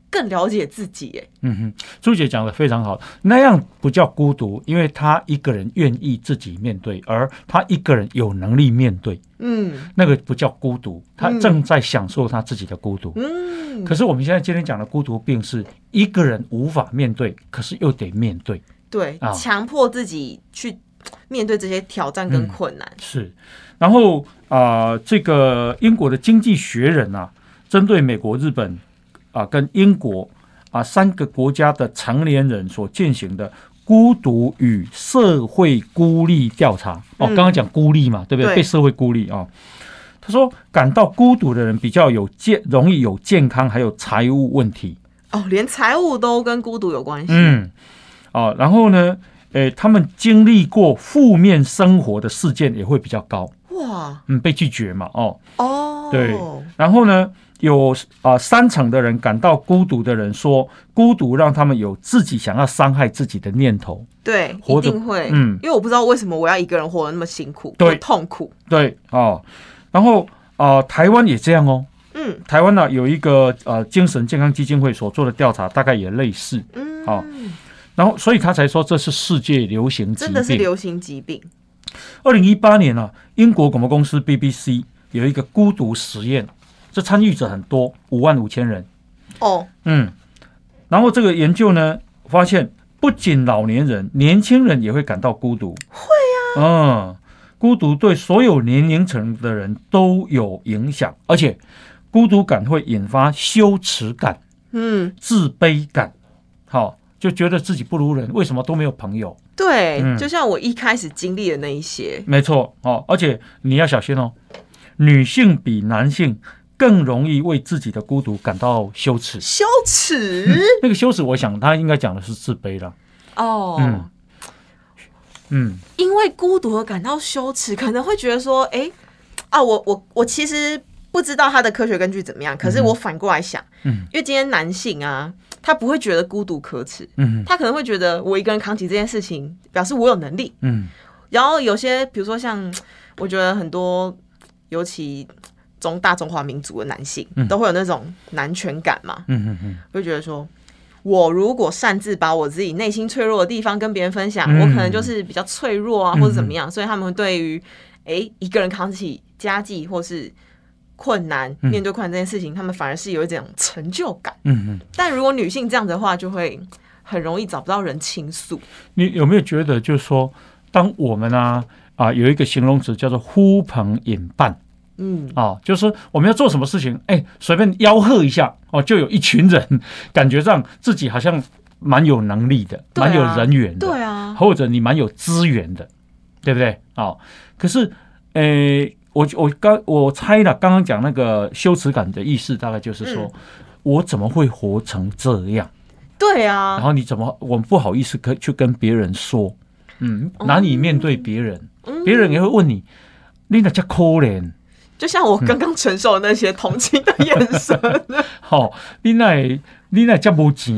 A: 更了解自己耶。
B: 嗯哼，朱姐讲的非常好，那样不叫孤独，因为他一个人愿意自己面对，而他一个人有能力面对，
A: 嗯
B: 那个不叫孤独，他正在享受他自己的孤独。
A: 嗯，
B: 可是我们现在今天讲的孤独病是一个人无法面对，可是又得面对。
A: 对
B: 啊，
A: 强、迫自己去面对这些挑战
B: 嗯
A: 跟困难。
B: 是，然后啊、呃这个英国的《经济学人》啊，针对美国、日本啊、跟英国啊、三个国家的成年人所进行的孤独与社会孤立调查，哦，刚刚讲孤立嘛，对不对？
A: 对
B: 被社会孤立啊、哦。他说，感到孤独的人比较有健，容易有健康还有财务问题。
A: 哦，连财务都跟孤独有关系。
B: 嗯，哦，然后呢，诶，他们经历过负面生活的事件也会比较高，
A: 哇，
B: 嗯，被拒绝嘛，哦，
A: 哦，
B: 对然后呢，有啊、三成的人感到孤独的人说，孤独让他们有自己想要伤害自己的念头。
A: 对，
B: 活
A: 一
B: 着
A: 定会。
B: 嗯
A: 因为我不知道为什么我要一个人活得那么辛苦，
B: 对
A: 那么痛苦。
B: 对，哦，然后啊、台湾也这样哦。
A: 嗯
B: 台湾呢、有一个呃精神健康基金会所做的调查，大概也类似，
A: 嗯，
B: 好然后所以他才说这是世界流行疾
A: 真的是
B: 病。
A: 流行疾病。
B: 二零一八年啊，英国广播公司 BBC 有一个孤独实验，这参与者很多，五万五千人。
A: 哦，
B: 嗯，然后这个研究呢，发现不仅老年人，年轻人也会感到孤独。会呀、嗯，孤独对所有年龄层的人都有影响，而且孤独感会引发羞耻感、
A: 嗯，
B: 自卑感，好、就觉得自己不如人，为什么都没有朋友？
A: 对，
B: 嗯
A: 就像我一开始经历的那一些，
B: 没错，哦，而且你要小心哦，女性比男性更容易为自己的孤独感到羞耻。
A: 羞耻。
B: 那个羞耻，我想他应该讲的是自卑了。
A: 哦，
B: 嗯嗯，
A: 因为孤独而感到羞耻，可能会觉得说，哎、啊，我我我其实不知道他的科学根据怎么样，可是我反过来想，
B: 嗯，
A: 因为今天男性啊，他不会觉得孤独可耻，
B: 嗯
A: 他可能会觉得我一个人扛起这件事情，表示我有能力。
B: 嗯
A: 然后有些，比如说像，我觉得很多，尤其中大中华民族的男性，都会有那种男权感嘛，
B: 嗯嗯嗯，
A: 会觉得说，我如果擅自把我自己内心脆弱的地方跟别人分享，
B: 嗯
A: 我可能就是比较脆弱啊，
B: 嗯
A: 或者怎么样，所以他们对于诶一个人扛起家计或是困难、
B: 嗯
A: 面对困难这件事情，他们反而是有一种成就感。
B: 嗯嗯，
A: 但如果女性这样的话，就会很容易找不到人倾诉。
B: 你有没有觉得，就是说，当我们啊啊有一个形容词叫做呼朋引伴
A: 嗯，
B: 啊，就是我们要做什么事情，哎，随便吆喝一下哦，就有一群人，感觉上自己好像蛮有能力的，
A: 对啊
B: 蛮有人缘的，
A: 对啊，
B: 或者你蛮有资源的，对不对？哦，可是，呃，我我刚我猜了，刚刚讲那个羞耻感的意思，大概就是说。
A: 嗯
B: 我怎么会活成这样？
A: 对
B: 然
A: 啊，
B: 后你怎么，我们不好意思可去跟别人说，嗯，
A: 哦
B: 难以面对别人，
A: 嗯
B: 别人也会问你，你哪叫可怜？
A: 就像
B: 嗯
A: 我刚刚承受的那些同情的眼 神，
B: 吼、你哪你哪叫无钱？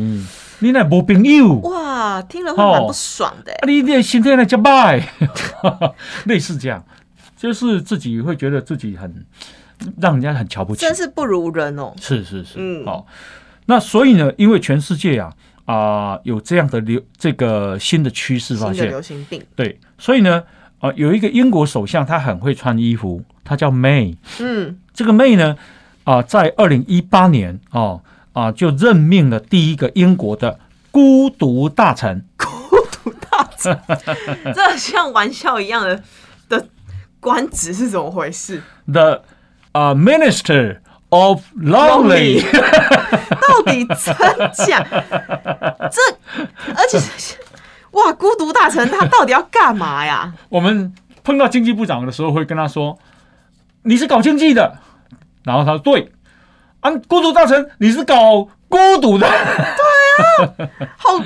B: 你哪无朋友？
A: 哇，听了会蛮不爽的欸、
B: 啊你的心态哪叫歹？ 类似这样，就是自己会觉得自己很让人家很瞧不起
A: 真。是不如人哦。
B: 是是是，
A: 嗯
B: 好、那所以呢，因为全世界啊啊、有这样的流这个新的趋势发
A: 新的
B: 现，
A: 流行病，
B: 对，所以呢，呃，有一个英国首相，他很会穿衣服，他叫 May。
A: 嗯，
B: 这个 May 呢，啊、在二零一八年哦啊、就任命了第一个英国的孤独大臣。
A: 这像玩笑一样的的官职是怎么回事？
B: The 啊、Minister of Lonely，
A: 到底真假？这而且 是哇，孤独大臣他到底要干嘛呀？
B: 我们碰到经济部长的时候会跟他说：“你是搞经济的。”然后他说：“对。”啊，孤独大臣，你是搞孤独的。
A: 好，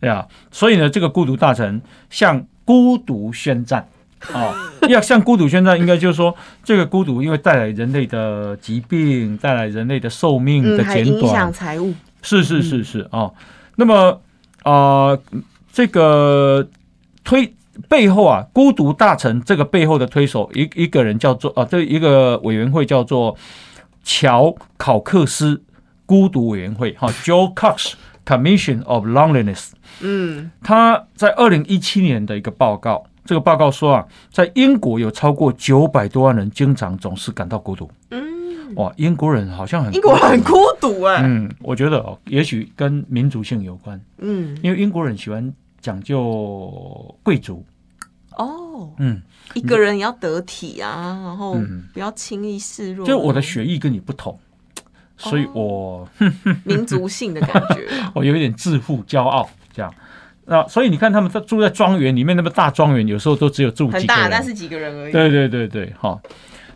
B: 对啊，所以呢，这个孤独大臣向孤独宣战啊、哦，要向孤独宣战，应该就是说，这个孤独因为带来人类的疾病，带来人类的寿命的
A: 嗯，还
B: 减
A: 影
B: 短，
A: 响嗯财务，
B: 是是是是啊、哦。那么啊、呃这个推背后啊，孤独大臣这个背后的推手，一一哦个人叫做啊、这一个委员会叫做乔考克斯孤独委员会哈、Joe Cox Commission of Loneliness，
A: 嗯，
B: 他在二零一七年的一个报告，这个报告说啊，在英国有超过九百多万人经常总是感到孤独。嗯，哇，英国人好像很
A: 英国人很孤独哎、
B: 嗯，我觉得哦，也许跟民族性有关，
A: 嗯，
B: 因为英国人喜欢讲究贵族。
A: 哦，
B: 嗯，
A: 一个人也要得体啊，然后
B: 嗯
A: 不要轻易示弱，
B: 就是我的血液跟你不
A: 哦
B: 同，所以我
A: 民族性的感觉。啊
B: 我有一点自负骄傲这样。那所以你看，他们在住在庄园里面，那么大庄园，有时候都只有住
A: 很
B: 几个
A: 大，
B: 人。
A: 但是几个人而已。
B: 对对对对，好。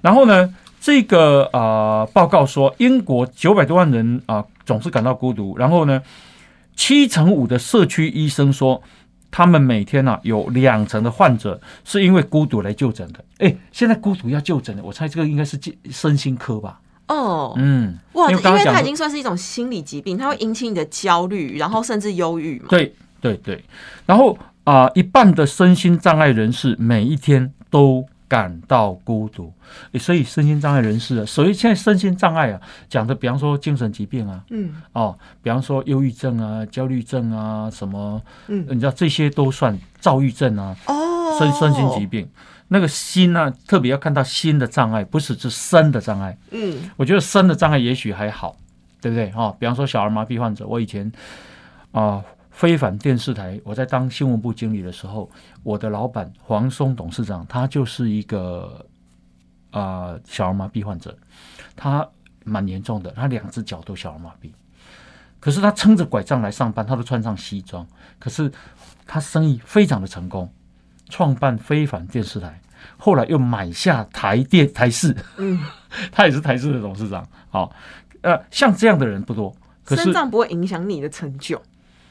B: 然后呢，这个啊、呃报告说，英国九百多万人啊、总是感到孤独。然后呢，七成五的社区医生说，他们每天啊有两成的患者是因为孤独来就诊的。哎，现在孤独要就诊的，我猜这个应该是精身心科吧？
A: 哦，
B: 嗯，
A: 哇，
B: 因
A: 因
B: 为刚刚
A: 为
B: 讲
A: 它
B: 说
A: 已经算是一种心理疾病，它会引起你的焦虑，然后甚至忧郁嘛。
B: 对对对，然后啊、一半的身心障碍人士每一天都感到孤独，诶所以身心障碍人士啊，所以现在身心障碍啊，讲的比方说精神疾病啊，
A: 嗯
B: 哦，比方说忧郁症啊、焦虑症啊，什么，
A: 嗯，
B: 你知道这些都算躁郁症啊，
A: 哦，
B: 身身心疾，病。那个心呢、特别要看到心的障碍，不是指身的障碍。
A: 嗯
B: 我觉得生的障碍也许还好，对不对？哈、比方说小儿麻痹患者，我以前啊、非凡电视台，我在当新闻部经理的时候，我的老板黄松董事长，他就是一个啊、小儿麻痹患者，他蛮严重的，他两只脚都小儿麻痹，可是他撑着拐杖来上班，他都穿上西装，可是他生意非常的成功，创办非凡电视台，后来又买下台电台视。
A: 嗯，
B: 他也是台视的董事长。好，呃，像这样的人不多，可是
A: 身障不会影响你的成就。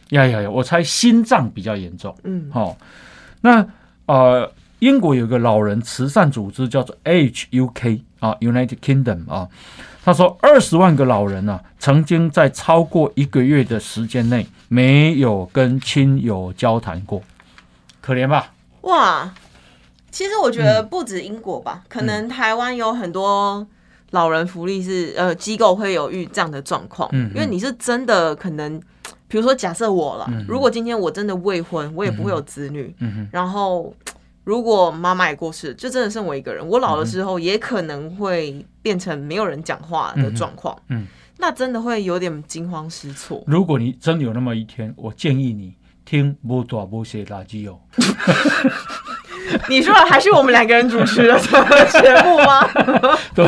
B: 呀呀呀，我猜心脏比较严重。
A: 嗯
B: 好、那呃，英国有个老人慈善组织叫做 HUK 啊，United Kingdom 啊，他说二十万个老人啊，曾经在超过一个月的时间内没有跟亲友交谈过，可怜吧？
A: 哇，其实我觉
B: 嗯
A: 得不止英国吧，可能台湾有很多老人福利是呃机构会有遇这样的状况，
B: 嗯嗯
A: 因为你是真的可能，比如说假设我了，如果今天我真的未婚，我也不会有子女，
B: 嗯哼
A: 然后。如果妈妈也过世，就真的剩我一个人。我老了之后，
B: 嗯
A: 也可能会变成没有人讲话的状况。
B: 嗯嗯
A: 那真的会有点惊慌失 措。
B: 如果你真有那么一天，我建议你听波多波谢垃圾哦友。
A: 你说的还是我们两个人主持的节目 吗？哦
B: 对，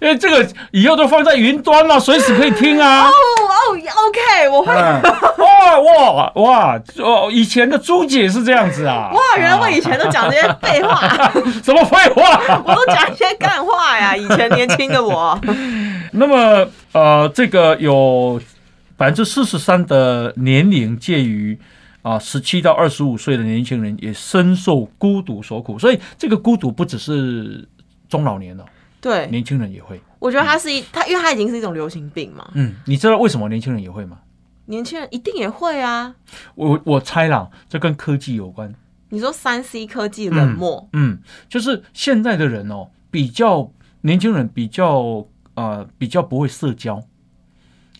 B: 因为这个以后都放在云端了，随时可以听啊。
A: 哦哦，OK，我会
B: 嗯，哇哇哇！哦，以前的朱姐是这样子 啊。
A: 哇，原来我以前都讲这些废话，
B: 啊什么废话？
A: 我都讲一些干话呀。以前年轻的我，
B: 那么呃，这个有百分之四十三的年龄介于。啊，十七到二十五岁的年轻人也深受孤独所苦，所以这个孤独不只是中老年了，
A: 对，
B: 年轻人也会。
A: 我觉得它是一，它因为它已经是一种流行病嘛，
B: 嗯，你知道为什么年轻人也会吗？
A: 年轻人一定也会啊。
B: 我我猜啦，这跟科技有关。
A: 你说三 C 科技冷漠，
B: 嗯，就是现在的人哦，比较年轻人比较呃比较不会社交。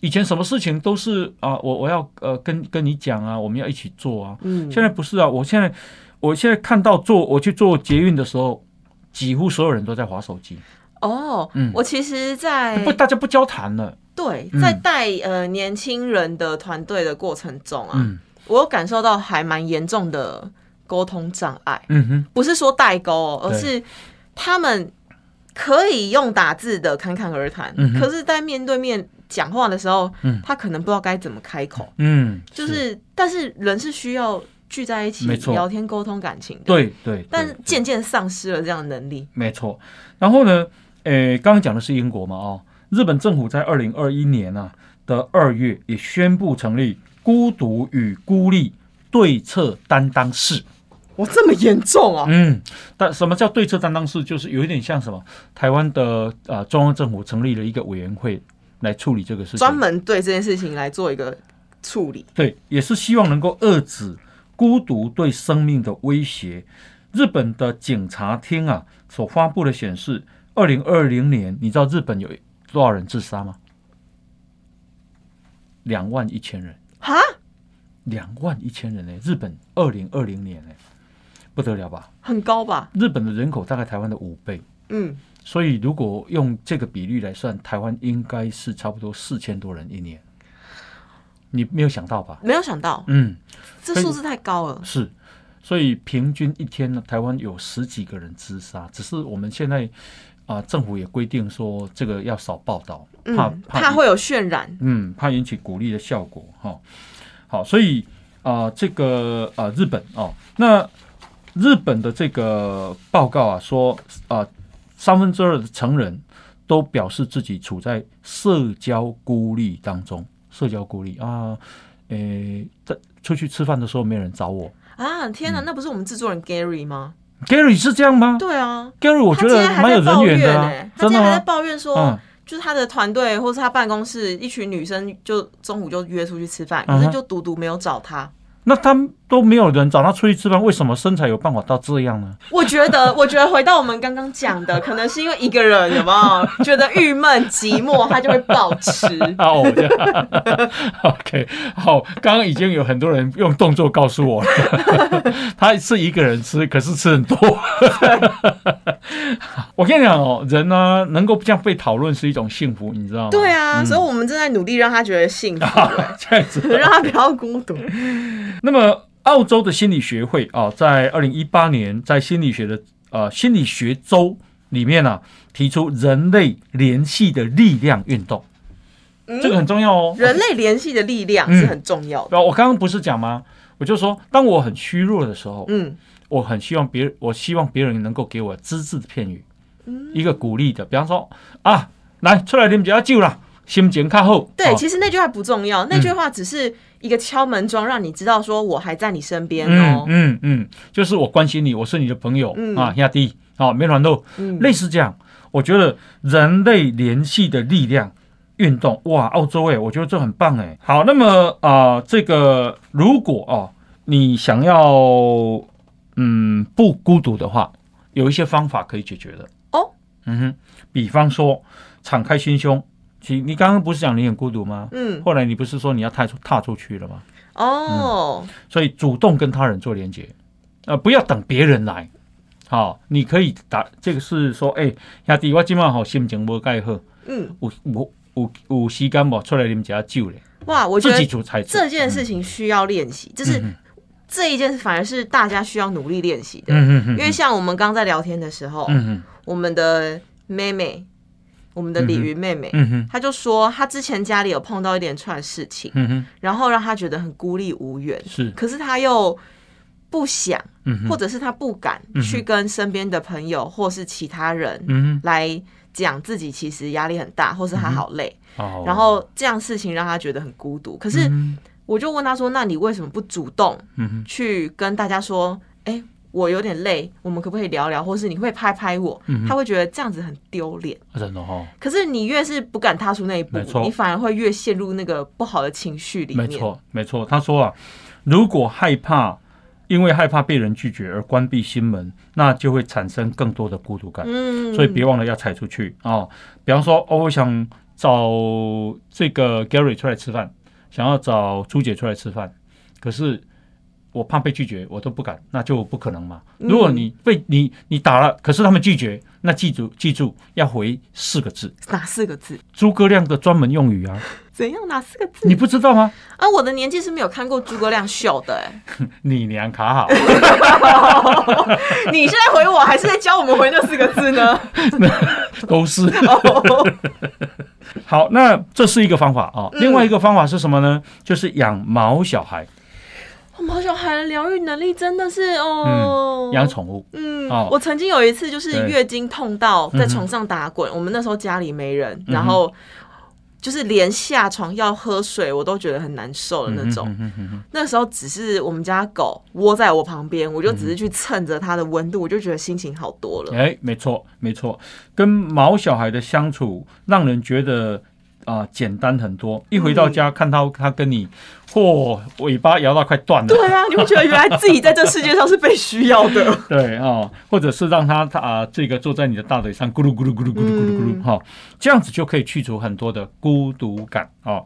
B: 以前什么事情都是啊、我我要呃跟跟你讲啊，我们要一起做啊。
A: 嗯，
B: 现在不是啊，我现在我现在看到做我去做捷运的时候，几乎所有人都在划手机，
A: 哦
B: 嗯，
A: 我其实，在
B: 不大家不交谈了。
A: 对
B: 嗯
A: 在带呃年轻人的团队的过程中啊，
B: 嗯
A: 我有感受到还蛮严重的沟通障碍。
B: 嗯哼，
A: 不是说代沟哦，而
B: 对
A: 是他们可以用打字的侃侃而谈，
B: 嗯哼
A: 可是，在面对面讲话的时候，
B: 嗯
A: 他可能不知道该怎么开口。
B: 嗯，
A: 就是，但是人是需要聚在一起
B: 没错
A: 聊天、沟通感情的。，
B: 对对，对
A: 但是渐渐丧失了这样的能力。
B: 没错。然后呢，诶，刚刚讲的是英国嘛，哦，日本政府在二零二一年啊的二月也宣布成立孤独与孤立对策担当室。
A: 哇，这么严重啊！
B: 嗯，但什么叫对策担当室？就是有一点像什么，台湾的啊、呃中央政府成立了一个委员会来处理这个事情，
A: 专门对这件事情来做一个处理。
B: 对，也是希望能够遏止孤独对生命的威胁。日本的警察厅啊所发布的显示，二零二零年，你知道日本有多少人自杀吗？两万一千人，
A: 哈，
B: 两万一千人呢、日本二零二零年呢、不得了吧？
A: 很高吧？
B: 日本的人口大概台湾的五倍，
A: 嗯，
B: 所以如果用这个比率来算，台湾应该是差不多四千多人一年。你没有想到吧？
A: 没有想到
B: 嗯，
A: 这
B: 所以
A: 数字太高了。
B: 是，所以平均一天呢，台湾有十几个人自杀，只是我们现在啊、政府也规定说这个要少报道，怕、
A: 嗯，
B: 怕
A: 怕会有渲染。
B: 嗯怕引起鼓励的效果哈、好，所以啊、这个啊、日本哦，那日本的这个报告啊说啊、三分之二的成人都表示自己处在社交孤立当中，社交孤立啊，诶，在出去吃饭的时候没有人找我。
A: 啊！天哪，那不是我们制作人 Gary 吗？
B: Gary 是这样吗
A: 对啊，
B: ？Gary 我
A: 他
B: 觉
A: 今
B: 得
A: 天还
B: 蛮有
A: 在
B: 人
A: 抱
B: 缘
A: 怨
B: 的、
A: 呢
B: 啊，，
A: 他今
B: 真的
A: 天还在
B: 吗？
A: 抱怨
B: 嗯
A: 说，就是他的团队或是他办公室一群女生，就中午就约出去吃饭，
B: 嗯
A: 可是
B: 哼
A: 就独独没有找他。
B: 那他们都没有人找他出去吃饭，为什么身材有办法到这样呢？
A: 我觉得， 我觉得回到我们刚刚讲的，可能是因为一个 人有没有觉得郁闷、寂寞，他就会暴 吃。
B: 啊，我这 OK，好，刚刚已经有很多人用动作告诉我了， 他是一个人吃，可是吃 很多。我跟你讲哦，人呢、能够这样被讨论是一种幸福，你知道吗？
A: 对啊，所以我们正在努力让他觉得幸 福，
B: 啊， 这样子。
A: 让他不要孤独。
B: 那么，澳洲的心理学会啊，在二零一八年在心理学的呃心理学周里面呢、啊，提出人类联系的力量运动，
A: 嗯
B: 这个很重要哦。
A: 人类联系的力量是很重要的。
B: 啊我刚刚不是讲吗？我就说，当我很虚弱的时候，
A: 嗯
B: 我很希望别人，我希望别人能够给我只字片语，
A: 嗯
B: 一个鼓励的，比方说啊，来出来啉一下酒啦，心情较好。嗯
A: 对，
B: 哦
A: 其实那句话不重要，那句话只是一个敲门钟，让你知道说我还在你身边
B: 嗯
A: 哦。
B: 嗯嗯，就是我关心你，我是你的朋友、
A: 嗯
B: 啊，亚弟啊，没软肉，
A: 嗯
B: 类似这样，我觉得人类联系的力量运动，哇，澳洲哎，我觉得这很棒哎。好，那么啊、这个如果哦，你想要嗯不孤独的话，有一些方法可以解决的
A: 哦。
B: 嗯哼，比方说敞开心胸，其你刚刚不是讲你很孤独吗？
A: 嗯
B: 后来你不是说你要踏出踏出去了吗？
A: 哦，
B: 所以主动跟他人做连接，呃，不要等别人来。好、你可以打这个是说，哎、兄弟，我今晚好心情无盖好，
A: 嗯，
B: 有有有有时间无出来啉一下酒咧，
A: 哇，我觉
B: 自己嗯
A: 得
B: 煮菜吃。
A: 这件事情需要练习，就是这一件事反而是大家需要努力练习的。
B: 嗯嗯嗯，
A: 因为像我们刚在聊天的时候，
B: 嗯嗯
A: 我们的妹妹，我们的鲤鱼妹妹，
B: 嗯哼
A: 她就说她之前家里有碰到一连串事情，
B: 嗯哼，
A: 然后让她觉得很孤立无援，
B: 是
A: 可是她又不想，
B: 嗯哼
A: 或者是她不敢去跟身边的朋友或是其他人
B: 嗯
A: 来讲自己其实压力很大，或是她好累，
B: 哼，哦
A: 然后这样事情让她觉得很孤独。可是
B: 嗯
A: 我就问她说：“那你为什么不主动
B: 嗯哼
A: 去跟大家说，哎、我有点累，我们可不可以聊聊？或是你会拍拍我，
B: 嗯
A: 他
B: 哼，
A: 会觉得这样子很丢脸。
B: 真的哦，
A: 可是你越是不敢踏出那一步
B: 没错，
A: 你反而会越陷入那个不好的情绪里
B: 没
A: 面。，
B: 错没错。他说啊，如果害怕，因为害怕被人拒绝而关闭心门，那就会产生更多的孤独感。
A: 嗯，
B: 所以别忘了要踩出去啊、哦比方说，哦，我想找这个 Gary 出来吃饭，想要找朱姐出来吃饭，可是我怕被拒绝，我都不敢，那就不可能嘛。
A: 嗯
B: 如果你被你你打了，可是他们拒绝，那记住记住要回四个字，
A: 哪四个字？
B: 诸葛亮的专门用语啊，
A: 怎样哪四个字？
B: 你不知道吗？
A: 啊，我的年纪是没有看过诸葛亮秀的、哎
B: 你娘卡好，
A: 你现在回我，还是在教我们回那四个字呢？哦
B: 都是。 好，那这是一个方法啊、另
A: 嗯
B: 外一个方法是什么呢？就是养毛小孩，
A: 我毛哦小孩的疗愈能力真的是哦，
B: 养宠物。
A: 嗯，
B: 哦
A: 我曾经有一次就是
B: 对嗯
A: 月经痛到在床上打滚，我们那时候家里没人，然后就是连下床要喝水我都觉得很难受的那种。
B: 嗯哼哼哼
A: 那时候只是我们家狗窝在我旁边，我就只是去蹭着它的温
B: 嗯
A: 度，我就觉得心情好多了。
B: 哎，没错，没错，跟毛小孩的相处让人觉得啊、简单很多。一回到家，看到他跟你，嚯、尾巴摇到快 断了，
A: 对啊，你会觉得原来自己在这世界上是被需要 的。
B: 对啊、哦或者是让他他啊、这个坐在你的大腿上咕噜咕噜咕噜咕噜咕噜咕噜哈、这样子就可以去除很多的孤独感哦。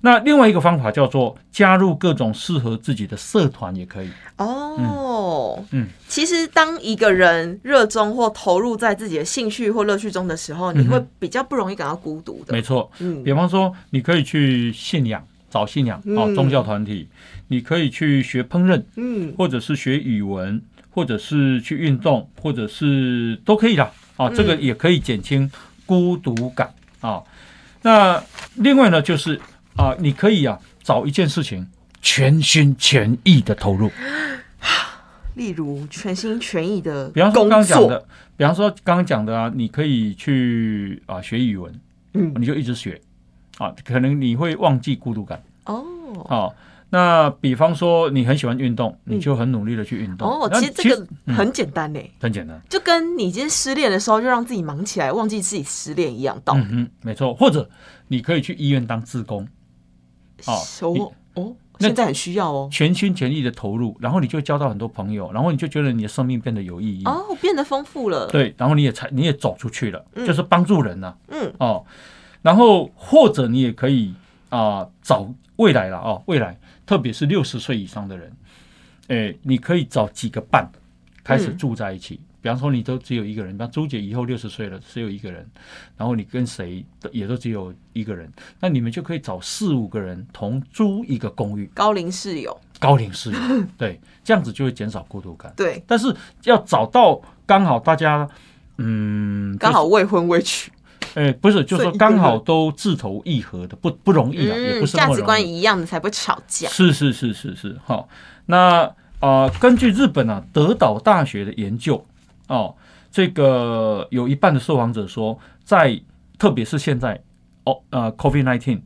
B: 那另外一个方法叫做加入各种适合自己的社团也可以。
A: 嗯哦，
B: 嗯，
A: 其实当一个人热衷或投入在自己的兴趣或乐趣中的时候，你会比较不容易感到孤独的
B: 嗯没。错，
A: 嗯
B: 比方说你可以去信仰，找信仰哦，
A: 嗯
B: 宗教团体，你可以去学烹饪，
A: 嗯，
B: 或者是学语文，或者是去运动，或者是都可以啦。
A: 嗯
B: 啊，这个也可以减轻孤独感啊。那另外呢，就是啊，你可以啊找一件事情全心全意的投入，
A: 例如全心全意的
B: 比方说
A: 工
B: 刚刚讲
A: 作，
B: 的，比方说刚刚讲的啊，你可以去啊学语文，
A: 嗯，
B: 你就一直学啊，可能你会忘记孤独感
A: 哦
B: 啊。那比方说你很喜欢运动，
A: 嗯
B: 你就很努力的去运动。
A: 哦，
B: 那
A: 其实这
B: 实
A: 个
B: 嗯
A: 很简单呢，
B: 很简单。
A: 就跟你今天失恋的时候就让自己忙起来，忘记自己失恋一样道理。
B: 嗯哼，没错。或者你可以去医院当志工，哦
A: 哦哦，
B: 那
A: 现在很需要哦。
B: 全心全意的投入，然后你就交到很多朋友，然后你就觉得你的生命变得有意义。
A: 哦，变得丰富了。
B: 嗯对，然后你也才你也走出去了，
A: 嗯
B: 就是帮助人呐、
A: 嗯，
B: 哦，然后或者你也可以啊、找未来了哦，未来特别是六十岁以上的人，哎，你可以找几个伴开始
A: 嗯
B: 住在一起。比方说，你都只有一个人，比方朱姐以后六十岁了，只有一个人，然后你跟谁都也都只有一个人，那你们就可以找四五个人同租一个公寓，
A: 高龄室友，
B: 高龄室 友，对，这样子就会减少孤独感。
A: 对，
B: 但是要找到刚好大家，嗯，就是
A: 刚好未婚未娶，
B: 哎、不是，就是
A: 所以
B: 说
A: 一个
B: 刚
A: 人
B: 好都志同意合的，不不容易啊，也
A: 嗯，
B: 不是那
A: 价
B: 么
A: 值观
B: 容易。
A: 一样的才不会吵架。
B: 是是是是是，好、那啊、呃根据日本啊德岛大学的研究，哦，这个有一半的受访者说，在特别是现在哦呃 COVID nineteen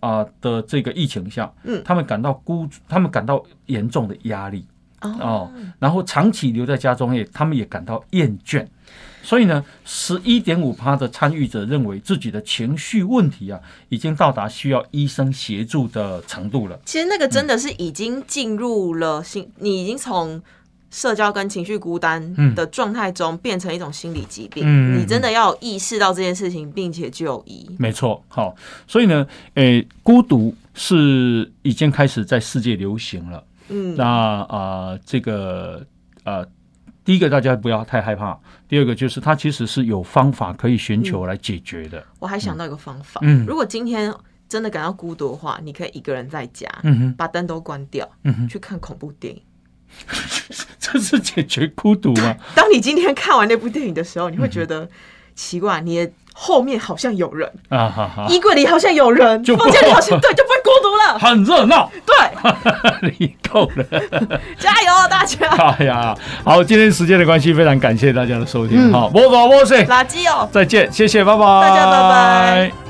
B: 啊、的这个疫情下，
A: 嗯
B: 他们感到孤，他们感到严重的压力，
A: 哦
B: 哦，然后长期留在家中也，他们也感到厌倦。所以呢，十一点五趴的参与者认为自己的情绪问题啊，已经到达需要医生协助的程度了。
A: 其实那个真的是已经进入了心，你已经从社交跟情绪孤单
B: 嗯
A: 的状态中变成一种心理疾病，
B: 嗯嗯嗯
A: 你真的要有意识到这件事情，并且就医。
B: 没错，好、所以呢，诶，孤独是已经开始在世界流行了。
A: 嗯，
B: 那啊、呃这个呃，第一个大家不要太害怕，第二个就是它其实是有方法可以寻求来解决的。
A: 我还想到一个方法，
B: 嗯
A: 如果今天真的感到孤独的话，你可以一个人在家，
B: 嗯哼，
A: 把灯都关掉，
B: 嗯哼，
A: 去看恐怖电影。
B: 这是解决孤独 吗？
A: 当你今天看完那部电影的时候，你会觉
B: 嗯
A: 得、奇怪，你的后面好像有人，
B: 啊哈哈。
A: 衣柜里好像有人，
B: 就不
A: 房间里好像对，就不会孤独 了。
B: 很热闹，
A: 对，
B: 你够了。
A: 加油大家，
B: 哎呀，好，今天时间的关系，非常感谢大家的收听。好，播报播水，
A: 垃圾哦。
B: 再见，谢谢，拜拜，
A: 嗯大家拜拜。